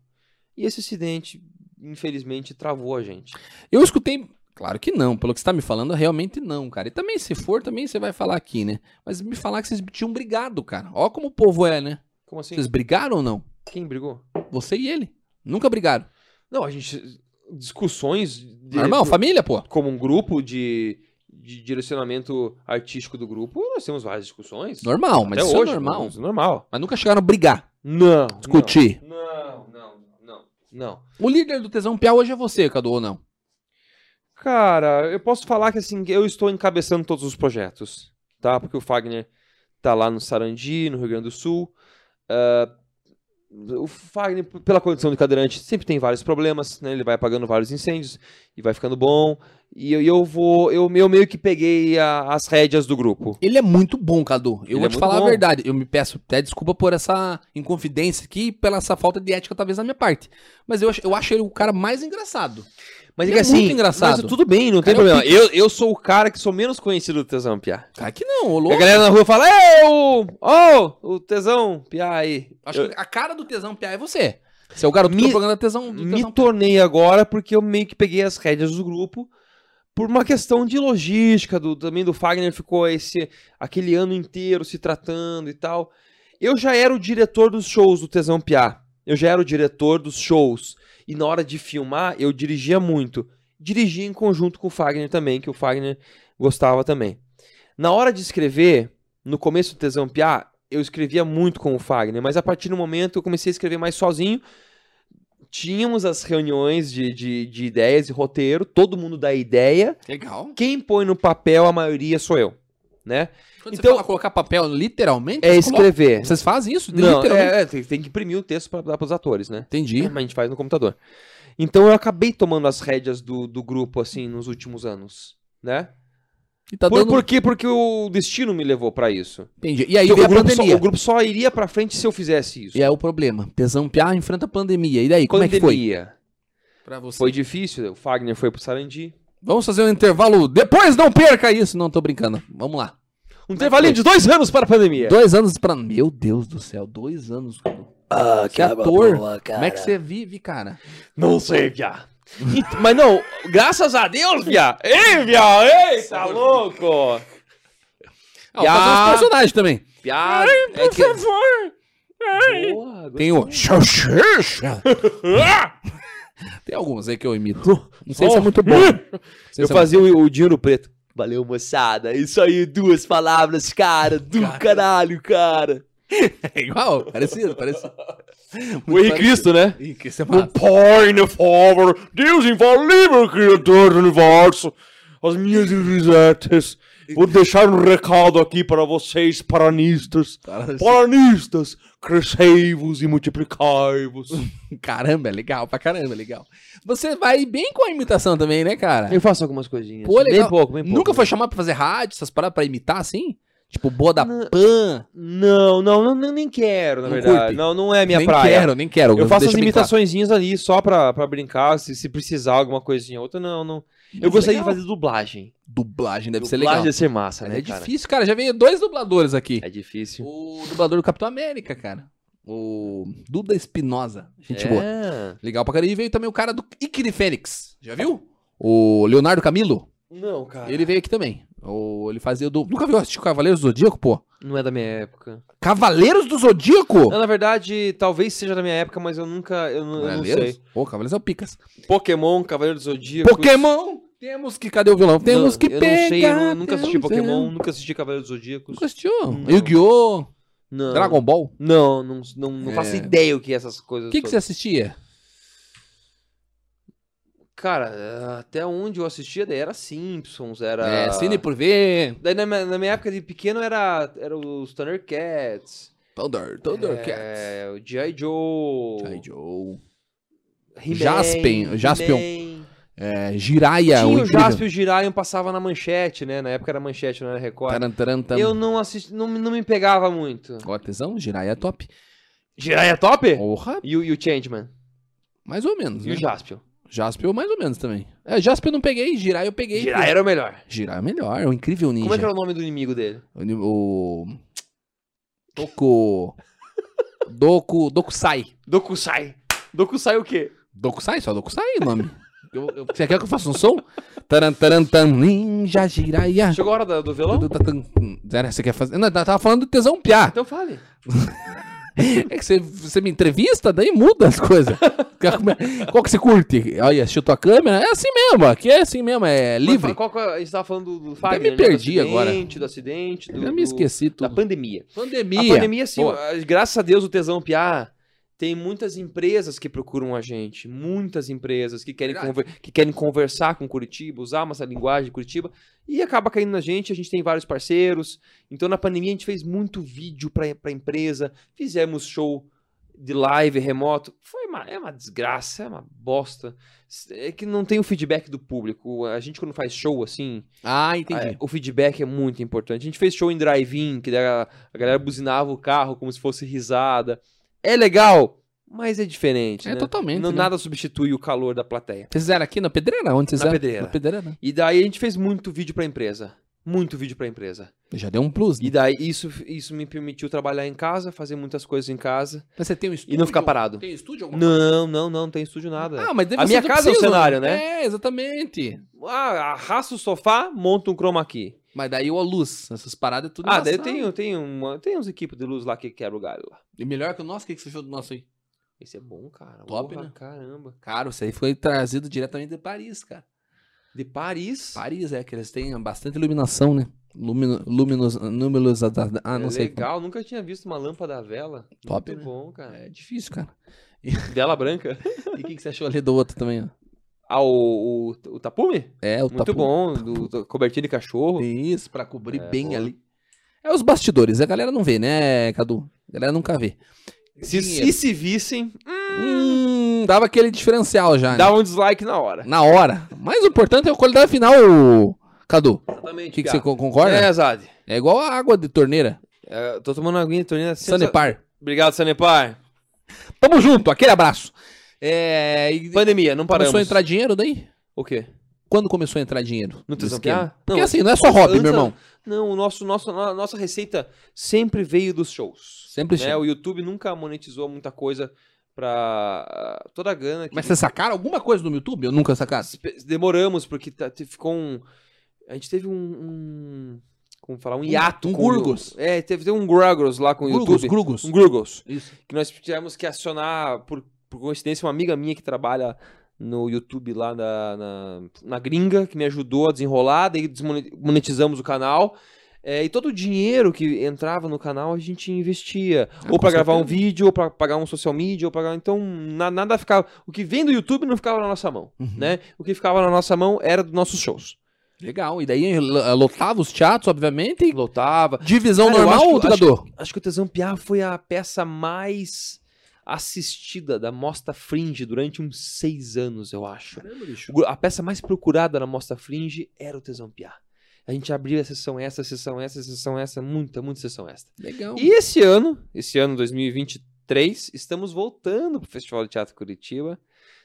S2: E esse acidente, infelizmente, travou a gente.
S1: Eu escutei, claro que não, pelo que você tá me falando, realmente não, cara. E também se for, também você vai falar aqui, né? Mas me falar que vocês tinham brigado, cara. Ó como o povo é, né?
S2: Como assim?
S1: Vocês brigaram ou não?
S2: Quem brigou?
S1: Você e ele. Nunca brigaram.
S2: Não, a gente. Discussões. de-
S1: Normal, família, pô.
S2: como um grupo de, de direcionamento artístico do grupo, nós temos várias discussões.
S1: Normal, mas
S2: Até
S1: isso
S2: hoje,
S1: é normal.
S2: isso é normal.
S1: Mas nunca chegaram a brigar,
S2: Não.
S1: discutir.
S2: Não, não, não. Não.
S1: O líder do Tesão Piau hoje é você, Cadu, ou não?
S2: Cara, eu posso falar que assim, eu estou encabeçando todos os projetos, tá? Porque o Fagner tá lá no Sarandi, no Rio Grande do Sul. Ah, o Fagner, p- pela condição de cadeirante, sempre tem vários problemas, né? Ele vai apagando vários incêndios e vai ficando bom. E eu, e eu vou. Eu, eu meio que peguei a- as rédeas do grupo.
S1: Ele é muito bom, Cadu. Eu
S2: Ele
S1: vou
S2: é
S1: te
S2: muito
S1: falar
S2: bom.
S1: a verdade. Eu me peço até desculpa por essa inconfidência aqui, e pela essa falta de ética, talvez, da minha parte. Mas eu, acho- eu acho ele o cara mais engraçado.
S2: Mas
S1: Ele
S2: que
S1: é muito engraçado.
S2: Mas tudo bem, não tem
S1: Cara, eu
S2: problema. Eu, eu sou o cara que sou menos conhecido do Tesão Piá.
S1: Cara, que não, ô
S2: A
S1: louco.
S2: galera na rua fala, é o. Ó, o Tesão Piá aí.
S1: Acho
S2: Eu-
S1: que a cara do tesão PA é você. Você é o garoto
S2: Me-
S1: do programa da tesão. Do
S2: me
S1: tesão
S2: tornei agora porque eu meio que peguei as rédeas do grupo por uma questão de logística, do, também do Fagner ficou esse aquele ano inteiro se tratando e tal. Eu já era o diretor dos shows do Tesão Piá. Eu já era o diretor dos shows. E na hora de filmar, eu dirigia muito. Dirigia em conjunto com o Fagner também, que o Fagner gostava também. Na hora de escrever, no começo do Tesão Piá, eu escrevia muito com o Fagner, mas a partir do momento eu comecei a escrever mais sozinho tínhamos as reuniões de, de, de ideias e roteiro, todo mundo dá ideia.
S1: Legal.
S2: Quem põe no papel, a maioria sou eu, né?
S1: Quando
S2: Então-
S1: você fala colocar papel literalmente,
S2: É
S1: você coloca.
S2: escrever.
S1: Vocês fazem isso?
S2: Não,
S1: literalmente.
S2: é, é, tem, tem que imprimir o texto para dar pros atores, né?
S1: Entendi.
S2: Mas a gente faz no computador. Então eu acabei tomando as rédeas do, do grupo, assim, nos últimos anos, né?
S1: E tá
S2: Por,
S1: dando...
S2: por quê? Porque o destino me levou para isso.
S1: Entendi. E aí
S2: Porque
S1: veio
S2: o,
S1: a
S2: grupo só,
S1: pandemia.
S2: o grupo só iria pra frente se eu fizesse isso.
S1: E é o problema. Tesão PA enfrenta a pandemia. E daí, como é que foi?
S2: Pandemia.
S1: Pra você.
S2: Foi difícil, o Fagner foi pro Sarandi.
S1: Vamos fazer um intervalo. Depois não perca isso. Não, tô brincando. Vamos lá.
S2: Um intervalinho de dois anos para a pandemia.
S1: Dois anos pra. Meu Deus do céu, dois anos. Cadu.
S3: Ah,
S1: que ator. boa, Como é que você vive, cara?
S2: Não sei, Via. Ent- Mas não, graças a Deus, Via. Ei, Via, ei, tá louco.
S1: Ah, vou fazer
S2: Ah.
S1: uns personagens também.
S2: Via, é que... Boa,
S1: Tem o. Tem alguns aí que eu imito. Não sei se é muito bom. Não sei
S2: Eu
S1: se é muito-
S2: fazia o, o dinheiro preto.
S3: Valeu, moçada. Isso aí, duas palavras, cara. Do caralho, cara.
S1: É igual, parecido, parecido.
S2: O Henrique Cristo, né?
S1: Ih, que isso é
S4: O
S1: massa.
S4: Um Pai inefável, Deus infalível, Criador do Universo, as minhas risetas. Vou deixar um recado aqui para vocês, paranistas. Paranistas, crescei-vos e multiplicai-vos.
S1: Caramba, é legal pra caramba, é legal. Você vai bem com a imitação também, né, cara?
S2: Eu faço algumas coisinhas. assim,
S1: Pô, legal.
S2: Bem pouco, bem pouco. né?
S1: Nunca foi chamado pra fazer rádio, essas paradas pra imitar assim? Tipo, boa da
S2: Não.
S1: pan.
S2: Não, não, não, não, nem quero, na
S1: Não
S2: verdade.
S1: curte?
S2: Não, não é minha
S1: nem
S2: praia.
S1: quero, nem quero.
S2: Eu faço as
S1: deixa brincar.
S2: imitaçõezinhas ali só pra, pra brincar, se, se precisar alguma coisinha ou outra, não, não. Eu
S1: Mas é
S2: gostaria de
S1: legal.
S2: fazer dublagem.
S1: Dublagem deve ser
S2: dublagem
S1: legal.
S2: deve ser massa,
S1: Mas
S2: né,
S1: é
S2: cara?
S1: difícil, cara. Já veio dois dubladores aqui.
S2: É difícil.
S1: O dublador do Capitão América, cara. O Duda Espinosa. Gente
S2: é.
S1: boa. Legal pra caramba. E veio também o cara do Icke de Fênix. Já viu? O Leonardo Camilo.
S2: Não, cara.
S1: Ele veio aqui também. O, ele fazia o do... Nunca viu assistir Cavaleiros do Zodíaco, pô?
S2: Não é da minha época.
S1: Cavaleiros do Zodíaco?
S2: Não, na verdade, talvez seja da minha época, mas eu nunca. Ah, Eu, não- eu não
S1: Cavaleiros?
S2: sei.
S1: Pô, Cavaleiros é o Picas.
S2: Pokémon, Cavaleiro do Zodíaco.
S1: Pokémon! Temos que. Cadê o violão? Temos
S2: Não,
S1: que
S2: eu
S1: pegar.
S2: não sei, eu nu- nunca assisti
S1: temos- é.
S2: Pokémon, nunca assisti Cavaleiro do Zodíaco.
S1: Nunca assistiu?
S2: Não.
S1: Yu-Gi-Oh!
S2: Não.
S1: Dragon Ball?
S2: Não, não, não, não
S1: É.
S2: faço ideia o que é essas coisas.
S1: O que, que você
S2: todas.
S1: assistia?
S2: Cara, até onde eu assistia daí era Simpsons, era.
S1: É, Cine por Ver.
S2: Daí na minha, na minha época de pequeno era, era os Thundercats.
S1: Thunder, Thundercats.
S2: É, o G.I. Joe.
S1: G.I. Joe.
S2: He-Man,
S1: Jaspion, Jaspion.
S2: He-Man.
S1: É, Jiraya,
S2: Tinha
S1: o
S2: o Jaspion e o Jiraiya passava na manchete, né? Na época era manchete, não era Record. Eu
S1: Tarantarantam.
S2: não assisti, não, me- não me pegava muito.
S1: Ó, tesão, Jiraya é top.
S2: Jiraiya é top?
S1: Porra,
S2: E o, e o Changeman?
S1: mais ou menos.
S2: E
S1: Né?
S2: o Jaspion?
S1: Jaspion, mais ou menos também. É, Jaspion eu não peguei, Jiraya eu peguei.
S2: Jiraiya era o melhor.
S1: Jiraiya é melhor, é um incrível ninja.
S2: Como é que era o nome do inimigo dele?
S1: O. o- Doku. Doku. Dokusai.
S2: Dokusai. Dokusai o quê?
S1: Dokusai? Só Dokusai o nome. Eu- eu- você quer que eu faça um som? Tarantarantam. Ninja Jiraiya.
S2: Chegou a hora da- do, violão?
S1: Tatam- Era, né? Você quer fazer? Não, eu tava falando do tesão piá.
S2: Então fale.
S1: É que você, você me entrevista, daí muda as coisas. Quer comer- Qual que você curte? Olha, assistiu tua câmera? É assim mesmo, aqui é assim mesmo, é
S2: Mas
S1: livre.
S2: fala, Qual, que é- a gente tava falando do, do
S1: me
S2: Fagner, né?
S1: perdi
S2: do
S1: agora.
S2: acidente, Do acidente, do,
S1: Eu me
S2: do-
S1: esqueci
S2: da
S1: tudo.
S2: pandemia.
S1: Pandemia.
S2: A pandemia, sim,
S1: Boa.
S2: a- graças a Deus o Tesão Piá tem muitas empresas que procuram a gente, muitas empresas que querem,
S1: Verdade.
S2: conver- que querem conversar com Curitiba, usar nossa linguagem de Curitiba, e acaba caindo na gente, a gente tem vários parceiros, então na pandemia a gente fez muito vídeo para empresa, fizemos show de live remoto. Foi uma, é uma desgraça, é uma bosta. É que não tem o feedback do público. A gente, quando faz show assim,
S1: Ah,
S2: é, o feedback é muito importante. A gente fez show em drive-in, que a, a galera buzinava o carro como se fosse risada. É legal, mas é diferente.
S1: É,
S2: né?
S1: totalmente.
S2: Não,
S1: né?
S2: Nada substitui o calor da plateia.
S1: Vocês fizeram aqui na pedreira? Onde vocês
S2: Na
S1: fizeram?
S2: Pedreira.
S1: Na pedreira, né?
S2: E daí a gente fez muito vídeo pra empresa. Muito vídeo pra empresa.
S1: Já deu um plus. né?
S2: E daí isso, isso me permitiu trabalhar em casa, fazer muitas coisas em casa
S1: Mas você tem um estúdio?
S2: e não ficar parado.
S1: Tem estúdio alguma
S2: Não, não, não, não tem estúdio nada.
S1: Ah, mas deve
S2: A
S1: ser
S2: minha
S1: do
S2: casa é o
S1: preciso,
S2: cenário, né?
S1: É, exatamente.
S2: Ah, arrasta o sofá, monta um chroma key.
S1: Mas daí o a luz, essas paradas é tudo
S2: Ah,
S1: na
S2: daí eu
S1: sala.
S2: tenho, tenho, uma, tenho uns equipes de luz lá que quebra o galho lá.
S1: E melhor que o nosso, o que que você achou do nosso aí?
S2: Esse é bom, cara.
S1: Top,
S2: Porra,
S1: né?
S2: Caramba.
S1: Cara, isso aí foi trazido diretamente de Paris, cara.
S2: De Paris.
S1: Paris é que eles têm bastante iluminação, né? Lumino, luminos, números, ah, não
S2: é
S1: sei.
S2: legal, nunca tinha visto uma lâmpada à vela.
S1: Top,
S2: Muito
S1: né?
S2: bom, cara.
S1: É difícil, cara.
S2: Vela branca.
S1: E o que, que você achou ali do outro também? Ó?
S2: Ah, o, o, o tapume?
S1: É, o
S2: Muito
S1: tapu-
S2: bom, do, do cobertinho de cachorro.
S1: Isso, pra cobrir
S2: É,
S1: bem
S2: boa.
S1: ali. É os bastidores, a galera não vê, né, Cadu? A galera nunca vê.
S2: Se,
S1: Dinheiro.
S2: se se vissem,
S1: Hum, dava aquele diferencial já, né?
S2: dá um dislike na hora.
S1: Na hora. Mas o importante é a qualidade final, Cadu. O
S2: Exatamente.
S1: que, que você co- concorda?
S2: É, Zad.
S1: É. igual a água de torneira.
S2: É, tô tomando uma aguinha de torneira. sensa-
S1: Sanepar.
S2: Obrigado, Sanepar.
S1: Tamo junto, aquele abraço. É. E
S2: Pandemia, não paramos.
S1: começou a entrar dinheiro daí?
S2: O quê?
S1: Quando começou a entrar dinheiro?
S2: No tesão
S1: esquema?
S2: PA?
S1: Porque assim, não é só hobby,
S2: Antes-
S1: meu irmão.
S2: Não, o nosso, nosso, a nossa receita sempre veio dos shows.
S1: Sempre
S2: né?
S1: chega.
S2: O YouTube nunca monetizou muita coisa pra ah, toda a grana. Que
S1: Mas vocês sacaram alguma coisa no YouTube? Eu nunca sacasse.
S2: Espe- Demoramos, porque tá- te- ficou um. A gente teve um. um- como falar? Um hiato.
S1: um
S2: com o-
S1: Gurgos.
S2: É, teve, teve um Gurgos lá com o
S1: Grugos,
S2: YouTube.
S1: grugos.
S2: Um Gurgos.
S1: Isso.
S2: que nós tivemos que acionar, por, por coincidência, uma amiga minha que trabalha no YouTube lá na, na, na gringa, que me ajudou a desenrolar, daí desmone- monetizamos o canal. É, e todo o dinheiro que entrava no canal a gente investia. ou
S1: Ah, com
S2: pra gravar um
S1: certeza.
S2: vídeo, ou pra pagar um social media, ou pagar. Então, na- nada ficava. O que vem do YouTube não ficava na nossa mão.
S1: Uhum.
S2: né? O que ficava na nossa mão era dos nossos shows.
S1: Legal. E daí l- lotava os teatros, obviamente. e
S2: Lotava.
S1: Divisão
S2: Cara, eu acho
S1: normal,
S2: que-
S1: Tucador?
S2: Acho que o Tesão Piá foi a peça mais assistida da Mostra Fringe durante uns seis anos, eu acho.
S1: Caramba, bicho.
S2: O gru- A peça mais procurada na Mostra Fringe era o Tesão Piá. A gente abria a sessão essa, sessão essa, sessão essa, muita, muita sessão essa.
S1: Legal.
S2: E esse ano, esse ano 2023, estamos voltando pro Festival de Teatro Curitiba.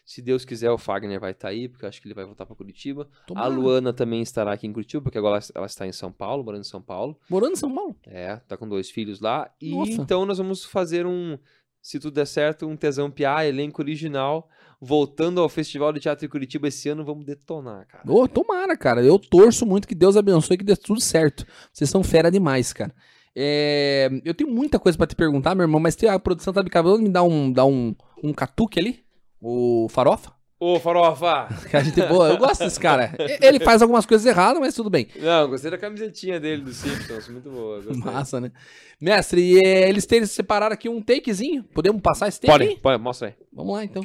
S2: Se Deus quiser, o Fagner vai estar aí, porque eu acho que ele vai voltar para Curitiba.
S1: Tomara.
S2: A Luana também estará aqui em Curitiba, porque agora ela- ela está em São Paulo, morando em São Paulo.
S1: Morando em São Paulo.
S2: É, tá com dois filhos lá. E
S1: Nossa.
S2: então nós vamos fazer um, se tudo der certo, um tesão piá, elenco original. Voltando ao Festival de Teatro de Curitiba esse ano, vamos detonar, cara.
S1: Ô, tomara, cara. Eu torço muito que Deus abençoe que dê tudo certo. Vocês são fera demais, cara. É, eu tenho muita coisa pra te perguntar, meu irmão, mas tem- a produção tá me acabando de me dar um, dar um, um catuque ali? O farofa?
S2: Ô, farofa!
S1: Que a gente boa. Eu gosto desse cara. E- Ele faz algumas coisas erradas, mas tudo bem.
S2: Não, gostei da camisetinha dele do Simpsons, muito boa. Gostei.
S1: Massa, né? Mestre, e, é, eles têm separaram aqui um takezinho. Podemos passar esse take
S2: Podem,
S1: aí?
S2: podem, mostra aí.
S1: Vamos lá, então.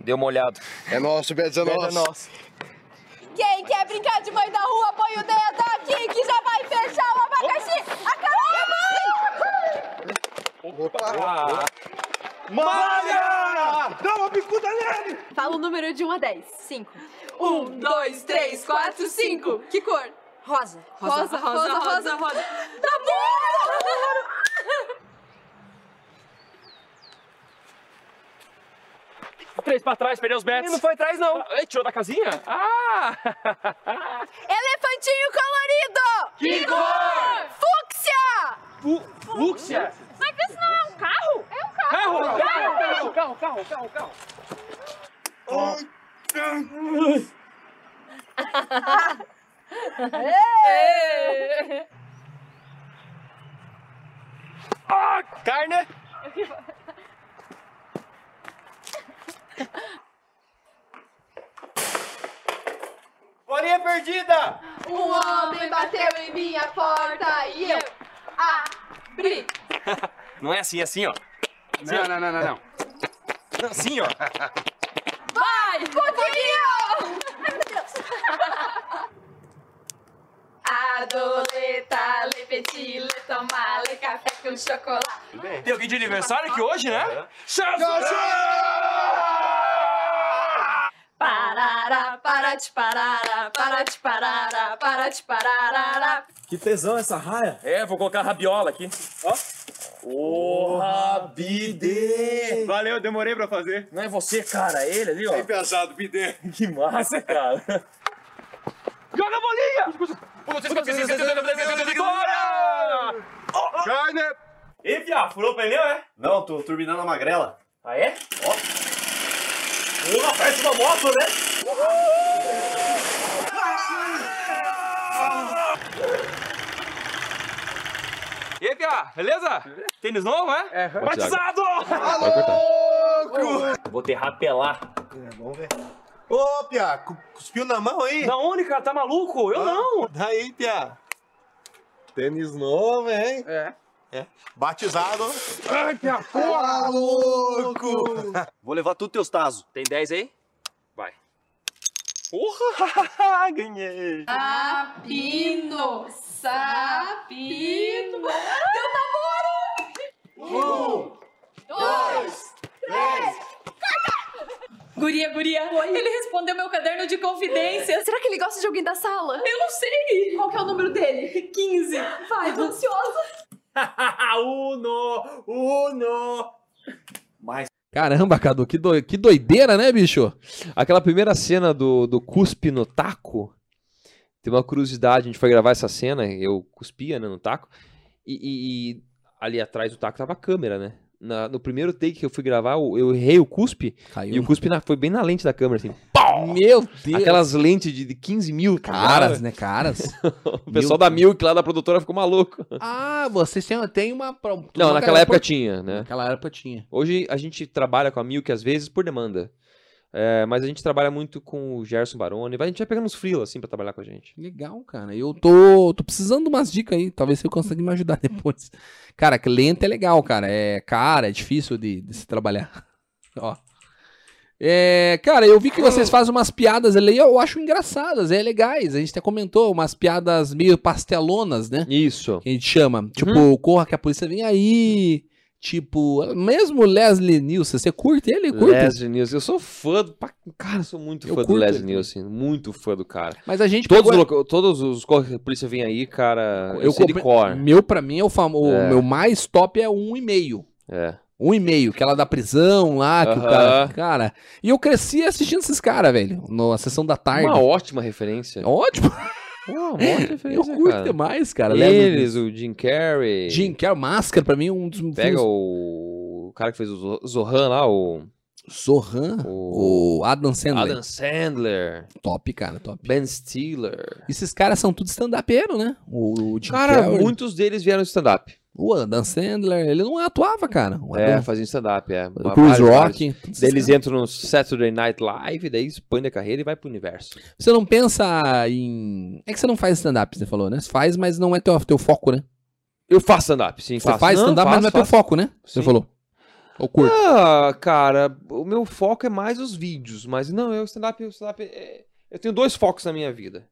S2: Deu uma olhada.
S5: É nosso, Beto é nosso.
S6: Quem quer brincar de mãe da rua, põe o dedo aqui que já vai fechar o abacaxi. A Carol é mãe!
S2: Ah.
S6: Fala o número de 1 a 10. 5. 1, 2, 3, 4, 5. Que cor? Rosa. Rosa, rosa, rosa, rosa. Tá bom!
S7: Três pra trás, perdeu os bets. Não foi atrás, não. tirou da casinha? Ah!
S6: Elefantinho colorido! Que cor? Fúcsia!
S7: Fúcsia!
S6: Mas isso não é um carro? É um carro.
S7: Carro! Carro, carro, carro, carro, carro, carro. Carne! Bolinha perdida!
S6: Um homem bateu em minha porta e eu abri.
S7: Não é assim, é assim, ó. Não, não, não, não, não. Assim, ó.
S6: Vai! Foguinho! Ai, meu Deus. Cadoleta, le petit, le tomar, le café com chocolate.
S7: Tem alguém de aniversário aqui hoje, né?
S6: Parará, para te parará, para te parará, para te parará.
S5: Que tesão essa raia.
S7: É, vou colocar a rabiola aqui.
S5: Rabide.
S8: Valeu, demorei pra fazer.
S7: Não é você, cara, ele ali, ó.
S8: pesado, bidê.
S7: Que massa, cara. Joga a bolinha! Bora!
S8: Carne!
S7: E, Pia, furou o pneu, é?
S8: Não, tô turbinando a magrela.
S7: Ah, é? Ó. Pula perto da moto, né? E aí, Pia, beleza? Tênis novo, é? É. Batizado!
S2: Pode cortar.
S7: Vou te rapelar.
S8: Vamos ver. Ô, Pia, cu- cuspiu na mão aí? Ah,
S7: Da onde, cara? Tá maluco? Eu não!
S8: Daí, Pia. Tênis novo, hein? É. Batizado. Tá
S7: Ai, Pia, porra!
S8: Louco! Vou levar tudo teus tazos.
S7: Tem 10 aí? Vai. Porra! Ganhei!
S6: Sapino, sapino. Deu namoro! Um, dois, três. Guria, guria, ele respondeu meu caderno de confidência. Será que ele gosta de alguém da sala? Eu não sei. Qual que é o número dele? 15. Vai, tô ansiosa.
S5: uno, uno.
S1: Caramba, Cadu, que, doi- que doideira, né, bicho?
S2: Aquela primeira cena do, do cuspe no taco, tem uma curiosidade, a gente foi gravar essa cena, eu cuspia né, no taco, e, e- e ali atrás do taco tava a câmera, né? Na- no primeiro take que eu fui gravar, eu, eu errei o cuspe, e o cuspe na- foi bem na lente da câmera, assim.
S1: Meu Deus.
S2: Aquelas lentes de, de 15 mil, tá
S1: Caras, né? Caras.
S2: O pessoal da Milk lá da produtora ficou maluco.
S1: ah, vocês têm, tem uma. pro-
S2: Não,
S1: uma
S2: naquela
S1: galera
S2: época
S1: por-
S2: tinha, né?
S1: Naquela época tinha.
S2: Hoje a gente trabalha com a Milk às vezes por demanda. É, mas a gente trabalha muito com o Gerson Baroni. vai- A gente vai pegando uns frilas assim pra trabalhar com a gente.
S1: Legal, cara. Eu tô, tô precisando de umas dicas aí. Talvez eu consiga me ajudar depois. Cara, que lenta é legal, cara. É cara, é difícil de, de se trabalhar. Ó. É, cara, eu vi que vocês fazem umas piadas ali, eu acho engraçadas, é legais. A gente até comentou umas piadas meio pastelonas, né?
S2: Isso.
S1: Que a gente
S2: Uhum.
S1: chama. Tipo, corra que a polícia vem aí. Tipo, mesmo Leslie Nielsen, você curte ele? Curte.
S2: Leslie Nielsen. Eu sou fã do. pa- Cara, eu sou muito
S1: Eu
S2: fã do
S1: curto
S2: Leslie
S1: ele.
S2: Nielsen. Muito fã do cara.
S1: Mas a gente
S2: Todos,
S1: pegou-
S2: os loca- todos os corre que a polícia vem aí, cara. Eu,
S1: Eu
S2: sei de
S1: compre-
S2: cor.
S1: Meu, pra mim, é o famoso.
S2: É.
S1: O meu mais top é um e meio.
S2: É.
S1: Um e meio, que ela da prisão lá, que o
S2: Aham.
S1: cara. Cara. E eu cresci assistindo esses caras, velho. Na sessão da tarde.
S2: Uma ótima referência.
S1: Ótimo.
S2: Uma ótima
S1: Eu
S2: referência.
S1: curto
S2: né, cara. é
S1: demais, cara. Lembra
S2: Eles, o Jim Carrey.
S1: do- Jim Carrey, máscara, pra mim, é um dos
S2: Pega
S1: filmes-
S2: o. o cara que fez o Zo- Zohan lá, o.
S1: Zohan,
S2: O-
S1: o, Adam Sandler.
S2: Adam Sandler.
S1: Top, cara, top.
S2: Ben Stiller.
S1: Esses caras são tudo stand-upero, né? O, o Jim
S2: Cara,
S1: Carrey,
S2: muitos deles vieram de stand-up.
S1: O Adam Sandler, ele não atuava, cara. O
S2: É,
S1: Adam-
S2: faziam stand-up, é.
S1: o Chris
S2: Vários, vários.
S1: Rock. todos esses
S2: Daí eles
S1: caras.
S2: entram no Saturday Night Live, daí expande a carreira e vai pro universo.
S1: Você não pensa em. É que você não faz stand-up, você falou, né? Você faz, mas não é teu, teu foco, né?
S2: Eu faço stand-up, sim.
S1: Você
S2: faço.
S1: faz
S2: Não,
S1: stand-up, mas não é
S2: faço,
S1: teu
S2: faço.
S1: foco, né? Você
S2: Sim.
S1: falou. Ou curto.
S2: Ah, cara, o meu foco é mais os vídeos, mas não, eu stand-up, eu stand-up. é- Eu tenho dois focos na minha vida.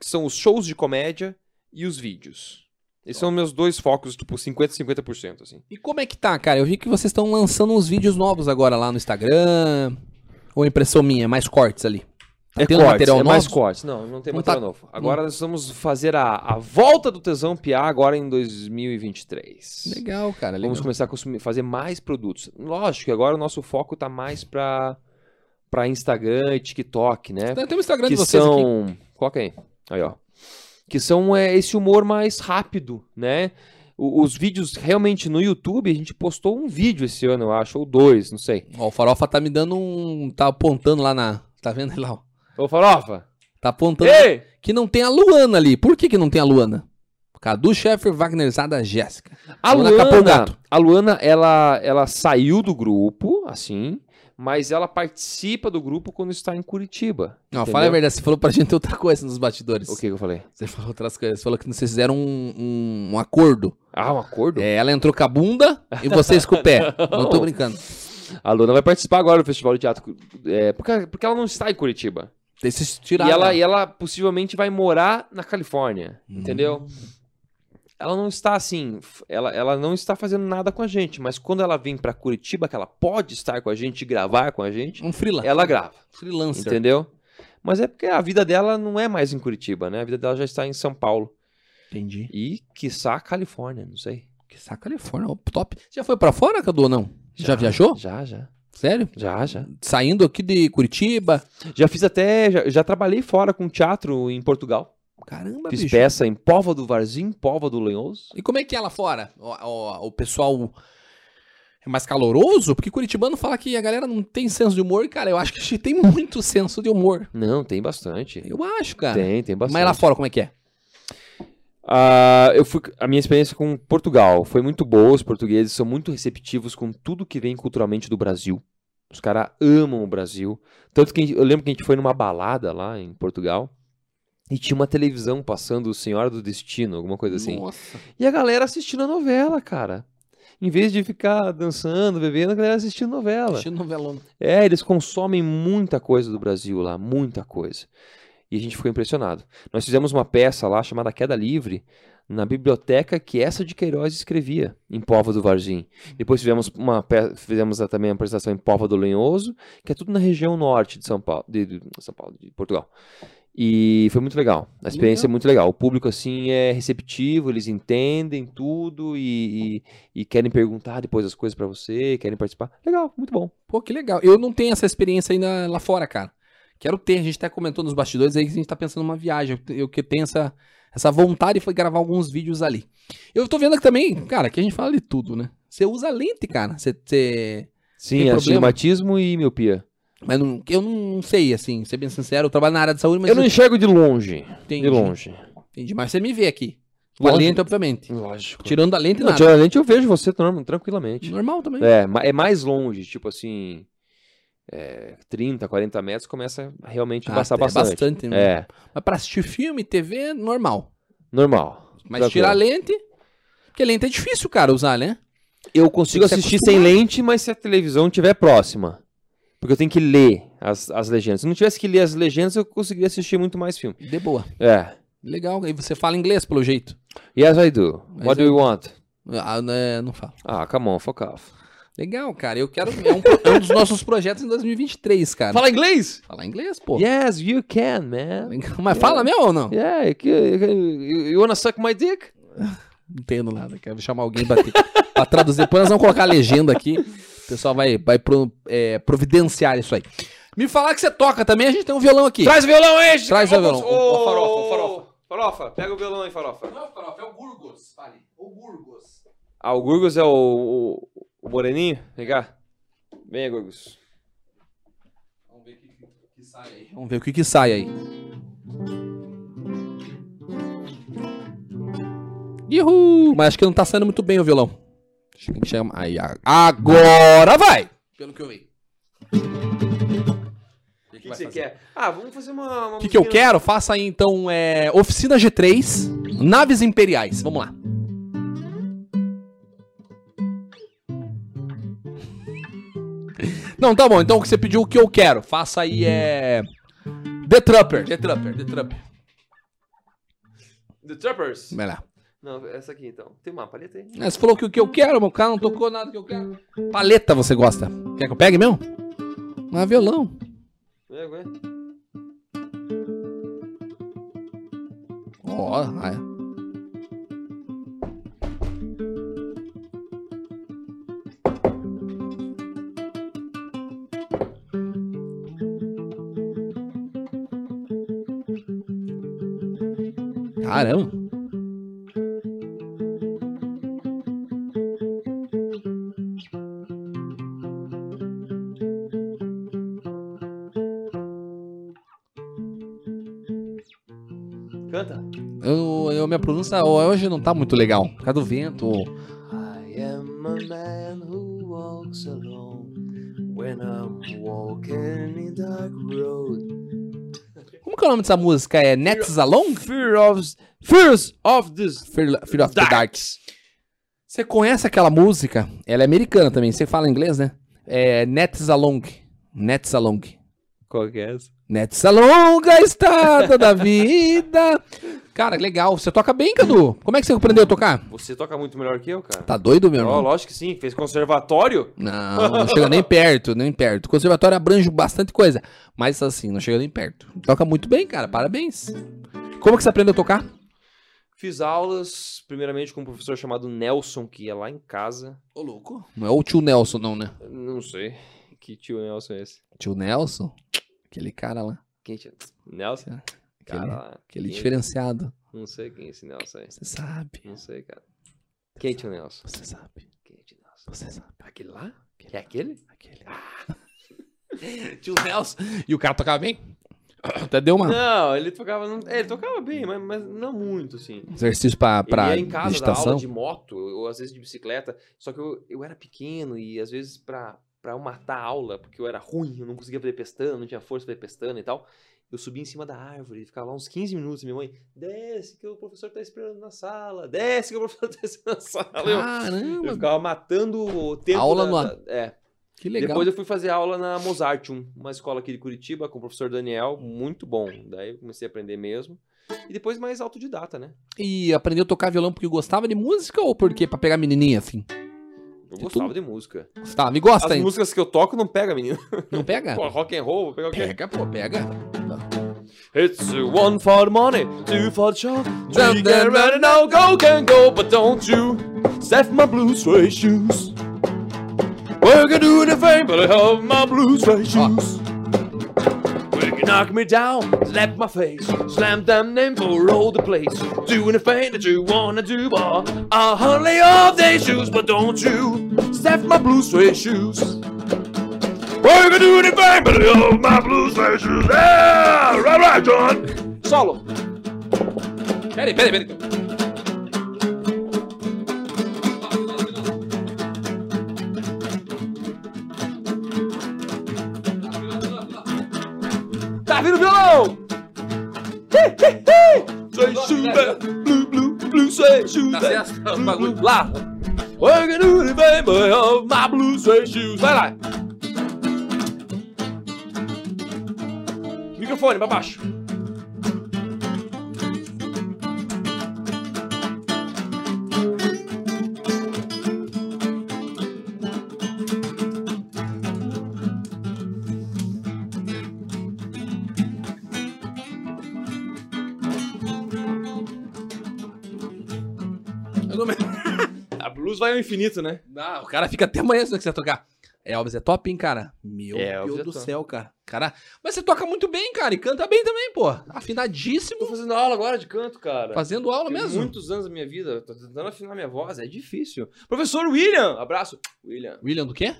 S2: Que são os shows de comédia e os vídeos. Esses são meus dois focos, tipo, 50 e 50%, assim.
S1: E como é que tá, cara? Eu vi que vocês estão lançando uns vídeos novos agora lá no Instagram. Ou impressão minha, mais cortes ali. Tá
S2: é
S1: tendo
S2: cortes,
S1: material
S2: é
S1: novo?
S2: mais cortes. Não, não tem
S1: Não
S2: material
S1: tá-
S2: novo. Agora nós vamos fazer a, a volta do Tesão Piá agora em 2023.
S1: Legal, cara. Legal.
S2: Vamos começar a consumir, fazer mais produtos. Lógico que agora o nosso foco tá mais pra, pra Instagram e TikTok, né?
S1: Tem- Tem um Instagram
S2: que
S1: de vocês aqui.
S2: são. Coloca aí. Aí, ó. Que são é, esse humor mais rápido, né? O- os vídeos realmente no YouTube, a gente postou um vídeo esse ano, eu acho, ou dois, não sei.
S1: Ó, o Farofa tá me dando um. Tá apontando lá na. Tá vendo ele lá, ó?
S2: Ô, Farofa!
S1: Tá apontando.
S2: Ei!
S1: Que não tem a Luana ali. Por que, que não tem a Luana? Cadu Sheffer, Wagnerzada, Jéssica.
S2: A
S1: Luana
S2: Luana,
S1: Capão Gato.
S2: a Luana, ela, ela saiu do grupo, assim, mas ela participa do grupo quando está em Curitiba.
S1: Não,
S2: entendeu?
S1: fala a verdade, você falou pra gente outra coisa nos bastidores.
S2: O que que eu falei?
S1: Você falou outras coisas, você falou que vocês fizeram um, um- um acordo.
S2: Ah, um acordo?
S1: É, ela entrou com a bunda e vocês com o pé. não. tô brincando.
S2: A Luana vai participar agora do Festival de Teatro. é, porque, porque ela não está em Curitiba.
S1: Tem que se
S2: E
S1: tirar.
S2: ela,
S1: né?
S2: e ela possivelmente vai morar na Califórnia,
S1: Hum.
S2: entendeu? Ela não está assim, f- ela, ela não está fazendo nada com a gente, mas quando ela vem pra Curitiba, que ela pode estar com a gente, e gravar com a gente,
S1: Um freela
S2: ela grava,
S1: freelancer.
S2: entendeu? Mas é porque a vida dela não é mais em Curitiba, né? A vida dela já está em São Paulo
S1: Entendi.
S2: e quiçá Califórnia, não sei.
S1: Que saca Califórnia, ó, top. Você já foi pra fora, Cadu, ou não? Já, viajou?
S2: Já, já.
S1: Sério?
S2: Já, já.
S1: Saindo aqui de Curitiba.
S2: Já fiz até, já, já trabalhei fora com teatro em Portugal.
S1: Caramba,
S2: Fiz
S1: bicho.
S2: peça em Póvoa do Varzim, Póvoa do Lenhoso.
S1: E como é que é lá fora? O, o- o pessoal é mais caloroso? Porque curitibano fala que a galera não tem senso de humor. E, cara, eu acho que a gente tem muito senso de humor.
S2: Não, tem bastante.
S1: Eu acho, cara.
S2: Tem, tem bastante.
S1: Mas lá fora, como é que é?
S2: Ah, eu fui, a minha experiência com Portugal foi muito boa. Os portugueses são muito receptivos com tudo que vem culturalmente do Brasil. Os caras amam o Brasil. Tanto que a gente- eu lembro que a gente foi numa balada lá em Portugal e tinha uma televisão passando Senhora do Destino, alguma coisa assim.
S1: Nossa.
S2: E a galera assistindo a novela, cara. Em vez de ficar dançando, bebendo, a galera assistindo novela.
S1: Assistindo novelão.
S2: É, eles consomem muita coisa do Brasil lá, muita coisa. E a gente ficou impressionado. Nós fizemos uma peça lá chamada Queda Livre na biblioteca que essa de Queiroz escrevia, em Povo do Varzim. Depois fizemos uma pe- fizemos a- também uma apresentação em Povo do Lenhoso, que é tudo na região norte de São Paulo, de, de- São Paulo, de Portugal. E foi muito legal. A experiência é muito legal. O público assim é receptivo, eles entendem tudo e, e- e querem perguntar depois as coisas pra você, querem participar. Legal, muito bom.
S1: Pô, que legal. Eu não tenho essa experiência ainda lá fora, cara. Quero ter. A gente até comentou nos bastidores aí que a gente tá pensando numa viagem. Eu- Eu que tenho essa, essa vontade foi gravar alguns vídeos ali. Eu tô vendo aqui também, cara, que a gente fala de tudo, né? Você usa lente, cara. Você. você-
S2: Sim,
S1: Tem
S2: astigmatismo e miopia.
S1: Mas não- eu não sei, assim, ser bem sincero, eu trabalho na área de saúde, mas
S2: eu não enxergo de longe.
S1: entendi.
S2: De longe.
S1: Entendi. Mas você me vê aqui. Com a
S2: Lógico.
S1: lente, obviamente.
S2: Lógico.
S1: Tirando a lente,
S2: Não,
S1: nada.
S2: geralmente eu vejo você norm- tranquilamente.
S1: Normal também.
S2: É, ma- é mais longe, tipo assim. É, 30, 40 metros começa a realmente
S1: Ah,
S2: embaçar
S1: é
S2: bastante.
S1: bastante, né?
S2: É,
S1: Mas pra assistir filme, TV, normal.
S2: normal.
S1: Mas
S2: Tranquilo.
S1: tirar a lente. Porque lente é difícil, cara, usar, né?
S2: Eu consigo
S1: Tem que se
S2: assistir sem lente, mas se a televisão estiver próxima. Porque eu tenho que ler as, as legendas. Se não tivesse que ler as legendas, eu conseguiria assistir muito mais filme.
S1: De boa.
S2: É.
S1: Legal. E você fala inglês, pelo jeito.
S2: Yes, I do.
S1: Mas
S2: What do
S1: eu-
S2: you want?
S1: Ah, né, não falo.
S2: Ah, come on, fuck off.
S1: Legal, cara. Eu quero. É um, pro- é um dos nossos projetos em 2023, cara.
S2: Fala inglês?
S1: Falar inglês, pô.
S2: Yes, you can, man.
S1: Legal. Mas fala mesmo ou não?
S2: Yeah, you,
S1: é
S2: you, you wanna suck my dick?
S1: Não entendo nada, quero chamar alguém pra, ter- pra traduzir. Depois nós vamos colocar a legenda aqui. O pessoal vai, vai pro- é, providenciar isso aí. Me falar que você toca também, a gente tem um violão aqui.
S2: Traz o violão aí, gente!
S1: Traz o violão.
S2: Ô, farofa, ô, farofa. Farofa, pega o violão aí, farofa.
S1: Não, é o Burgos, fale. O Burgos.
S2: Ah, o Gurgos é o, o, o moreninho? Vem cá. Vem, Gurgos.
S1: Vamos ver o que, que sai aí. Vamos ver o que, que sai aí. Ihu! Mas acho que não tá saindo muito bem o violão. Acho que tem que chamar. Aí, a- agora vai! Pelo que eu vi.
S2: O que, você quer? Ah, vamos fazer uma...
S1: O que, que eu quero? Faça aí então é, Oficina G3, Naves Imperiais. Vamos lá. Não, tá bom. Então o que você pediu, o que eu quero? Faça aí é. The Trumper. The Trumper, The Trumper.
S2: The Trappers.
S1: Vai lá.
S2: Não, essa aqui então. Tem uma paleta aí?
S1: Ah, Você falou que o que eu quero, meu cara não tocou nada que eu quero. Paleta você gosta. Quer que eu pegue mesmo? Ah, violão.
S2: Vem, vem.
S1: Ó, ah, é. Caramba.
S2: Canta.
S1: Eu, eu, minha pronúncia hoje não tá muito legal. Por causa do vento.
S2: I am a man who walks alone when I'm walking in dark road.
S1: Como que é o nome dessa música? É Nets Along?
S2: Fear of Fears of this
S1: Fear, Fear of the Darks. Você conhece aquela música? Ela é americana também. Você fala inglês, né? É Nets Along. Nets Along.
S2: Qual que é essa?
S1: Nessa longa estrada da vida. Cara, legal. Você toca bem, Cadu. Como é que você aprendeu a tocar?
S2: Você toca muito melhor que eu, cara.
S1: Tá doido, meu
S2: Ó,
S1: irmão?
S2: lógico que sim. Fez conservatório?
S1: Não, não chega nem perto, nem perto. Conservatório abrange bastante coisa, mas assim, não chega nem perto. Toca muito bem, cara, parabéns. Como que você aprendeu a tocar?
S2: Fiz aulas, primeiramente, com um professor chamado Nelson, que ia lá em casa.
S1: Ô, louco. Não é o tio Nelson, não, né?
S2: Não sei. Que tio Nelson é esse?
S1: Tio Nelson? Aquele cara lá.
S2: Quem tio? Nelson? Cara,
S1: Aquele,
S2: lá,
S1: aquele
S2: quem-
S1: diferenciado.
S2: Não sei quem é esse Nelson aí.
S1: Você sabe.
S2: Não sei, cara. Quem é tio Nelson?
S1: Você sabe.
S2: Quem é tio Nelson?
S1: Você sabe.
S2: Aquele lá? É aquele?
S1: Aquele. tio Nelson. E o cara tocava bem? Até deu uma.
S2: Não, ele tocava. não- é, ele tocava bem, mas, mas não muito, assim.
S1: Exercício pra, pra
S2: ele ia é em casa da
S1: digitação.
S2: aula de moto, ou às vezes de bicicleta. Só que eu, eu era pequeno e às vezes pra, pra eu matar a aula, porque eu era ruim, eu não conseguia fazer pestana, não tinha força pra fazer pestana e tal. Eu subia em cima da árvore e ficava lá uns 15 minutos. e Minha mãe, desce que o professor tá esperando na sala, desce que o professor tá esperando na sala. Eu- Eu,
S1: Caramba,
S2: ficava matando o tempo.
S1: Aula
S2: da,
S1: no-
S2: da- é.
S1: que legal.
S2: Depois eu fui fazer aula na Mozartium, uma escola aqui de Curitiba, com o professor Daniel, muito bom. Daí eu comecei a aprender mesmo. E depois mais autodidata, né?
S1: E aprendeu a tocar violão porque gostava de música ou porque pra pegar menininha, assim?
S2: Eu
S1: De
S2: gostava
S1: tudo.
S2: de música.
S1: Gostava. Me gosta
S2: As
S1: ainda.
S2: músicas que eu toco não pega, menino.
S1: Não pega?
S2: Pô, rock and roll, vou pegar o quê?
S1: Pega, pô, pega.
S2: It's one for the money, two for the show.
S1: Dun,
S2: Three
S1: dun,
S2: get ready now, go can go, but don't you step my blue suede shoes. We can do the thing, but I have my blue suede shoes. We can knock me down, slap my face, slam them name for all the place. Do anything that you wanna do, but I hardly off these shoes, but don't you step my blue suede shoes. We can do anything, but I have my blue suede shoes. Yeah, right, right, John. Solo.
S1: Peraí, peraí, peraí.
S2: Tá vindo violão! Say shoot blue, blue, blue, say shoot that.
S1: bagulho lá.
S2: I can do the baby of my blue suede shoes. Vai lá! Microfone pra baixo. A blues vai ao infinito, né?
S1: Não, Ah, o cara fica até amanhã se não quiser tocar. Elvis é top, hein, cara? Meu
S2: É, Elvis
S1: Deus
S2: é
S1: do
S2: top.
S1: céu, cara. cara. Mas você toca muito bem, cara, e canta bem também, pô. Afinadíssimo,
S2: Tô fazendo aula agora de canto, cara.
S1: fazendo aula
S2: É. Tem
S1: mesmo.
S2: Muitos anos da minha vida, tô tentando afinar minha voz, é difícil. Professor William, abraço. William.
S1: William do quê?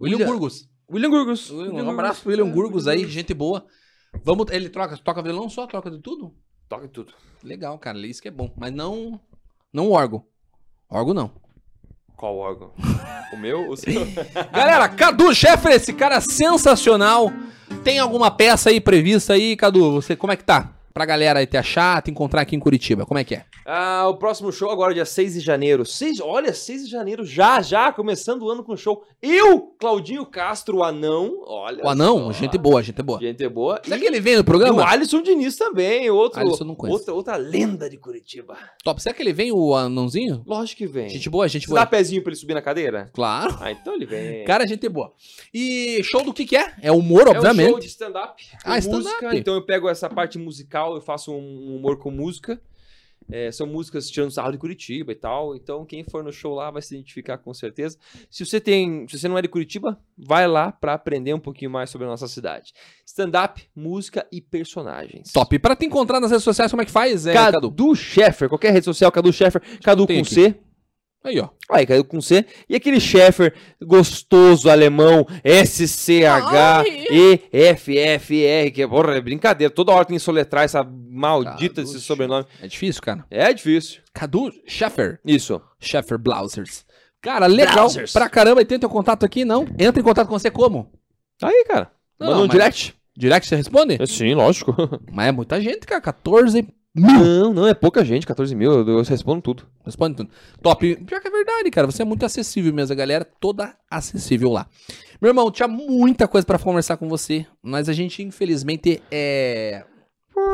S1: William,
S2: William-
S1: Burgos.
S2: William Gurgos.
S1: Um abraço pro William Burgos aí, gente boa. Vamos, ele troca, toca violão só, troca de tudo?
S2: Toca tudo.
S1: Legal, cara, isso que é bom. Mas não, não órgão. Órgão não.
S2: Qual órgão? o meu? O seu?
S1: Galera, Cadu Sheffer, esse cara é sensacional. Tem alguma peça aí prevista aí, Cadu? Você como é que tá? Pra galera aí te achar, te encontrar aqui em Curitiba, como é que é?
S2: Ah, o próximo show agora, dia 6 de janeiro. 6, olha, 6 de janeiro, já, já, começando o ano com show. Eu, Claudinho Castro, o anão. Olha.
S1: O anão,
S2: só.
S1: gente boa, gente boa.
S2: Gente boa.
S1: Será que ele vem no
S2: E o
S1: programa?
S2: Alisson Diniz também, outro,
S1: Alisson eu não conheço.
S2: outra, outra lenda de Curitiba.
S1: Top, será que ele vem o anãozinho?
S2: Lógico que vem.
S1: Gente boa, gente
S2: Você dá
S1: boa.
S2: pezinho pra ele subir na cadeira?
S1: Claro.
S2: Ah, então ele vem.
S1: Cara, gente boa. E show do que que é? É humor,
S2: É um
S1: obviamente.
S2: show de stand-up.
S1: Ah,
S2: com
S1: stand-up.
S2: música. Então eu pego essa parte musical, eu faço um humor com música. É, são músicas tirando sarro de Curitiba e tal. Então quem for no show lá vai se identificar com certeza. Se você tem, se você não é de Curitiba, vai lá pra aprender um pouquinho mais sobre a nossa cidade. Stand-up, música e personagens.
S1: Top. Pra te encontrar nas redes sociais, como é que faz? É,
S2: Cadu, Sheffer, qualquer rede social, Cadu Sheffer, Cadu
S1: Tem
S2: com
S1: aqui.
S2: C,
S1: Aí, ó.
S2: Aí caiu com C. E aquele Sheffer gostoso alemão, S-C-H-E-F-F-R, que porra, é brincadeira. Toda hora tem que soletrar essa maldita
S1: Cadu
S2: desse sobrenome.
S1: É difícil, cara.
S2: É difícil.
S1: Cadu Sheffer.
S2: Isso.
S1: Sheffer Blousers. Cara, legal
S2: Blousers.
S1: pra caramba. E tem teu contato aqui, não? Entra em contato com você como?
S2: Aí, cara.
S1: Não,
S2: Manda
S1: não,
S2: um
S1: mas-
S2: direct.
S1: Direct você responde?
S2: É, sim, lógico.
S1: Mas é muita gente, cara. 14 mil.
S2: não, não, é pouca gente, 14 mil. Eu, eu respondo tudo.
S1: Responde tudo. Top. Pior que é verdade, cara. Você é muito acessível mesmo. A galera toda acessível lá. Meu irmão, tinha muita coisa pra conversar com você, mas a gente, infelizmente, é.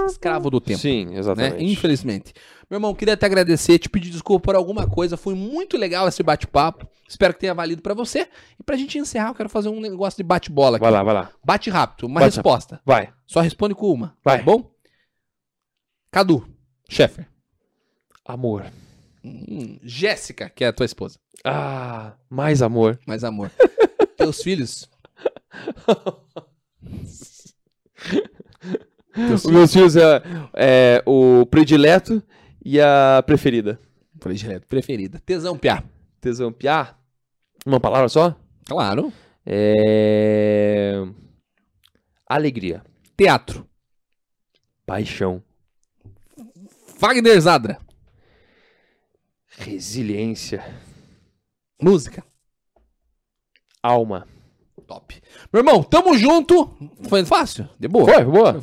S1: escravo do tempo.
S2: Sim,
S1: né?
S2: exatamente.
S1: Infelizmente. Meu irmão, queria te agradecer, te pedir desculpa por alguma coisa. Foi muito legal esse bate-papo. Espero que tenha valido pra você. E pra gente encerrar, eu quero fazer um negócio de bate-bola aqui.
S2: Vai lá, vai lá.
S1: Bate rápido, uma
S2: Bate
S1: resposta.
S2: Vai.
S1: Só responde com uma. Tá
S2: Vai.
S1: bom? Cadu, chefe.
S2: Amor.
S1: Hum, Jéssica, que é a tua esposa.
S2: Ah, mais amor.
S1: Mais amor. Teus filhos. Teus
S2: Os meus filhos é, é o predileto e a preferida.
S1: Predileto, preferida. Tesão piá.
S2: Tesão piá? Uma palavra só?
S1: Claro.
S2: É. Alegria.
S1: Teatro.
S2: Paixão.
S1: Wagner Zadra.
S2: Resiliência.
S1: Música.
S2: Alma.
S1: Top. Meu irmão, tamo junto. Foi fácil? De boa.
S2: Foi, boa?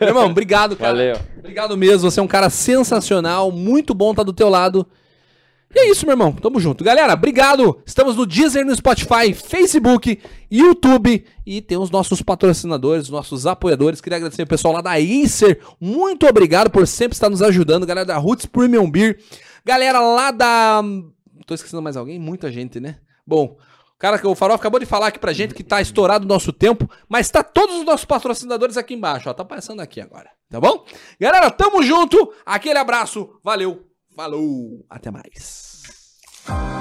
S1: Meu irmão, obrigado, cara.
S2: Valeu.
S1: Obrigado mesmo. Você é um cara sensacional. Muito bom estar do teu lado. E é isso, meu irmão. Tamo junto. Galera, obrigado. Estamos no Deezer, no Spotify, Facebook, YouTube e tem os nossos patrocinadores, nossos apoiadores. Queria agradecer o pessoal lá da Acer. Muito obrigado por sempre estar nos ajudando. Galera da Roots Premium Beer. Galera lá da... Tô esquecendo mais alguém? Muita gente, né? Bom... O cara que o Farofa acabou de falar aqui pra gente que tá estourado o nosso tempo, mas tá todos os nossos patrocinadores aqui embaixo, ó. Tá passando aqui agora, tá bom? Galera, tamo junto. Aquele abraço. Valeu. Falou. Até mais.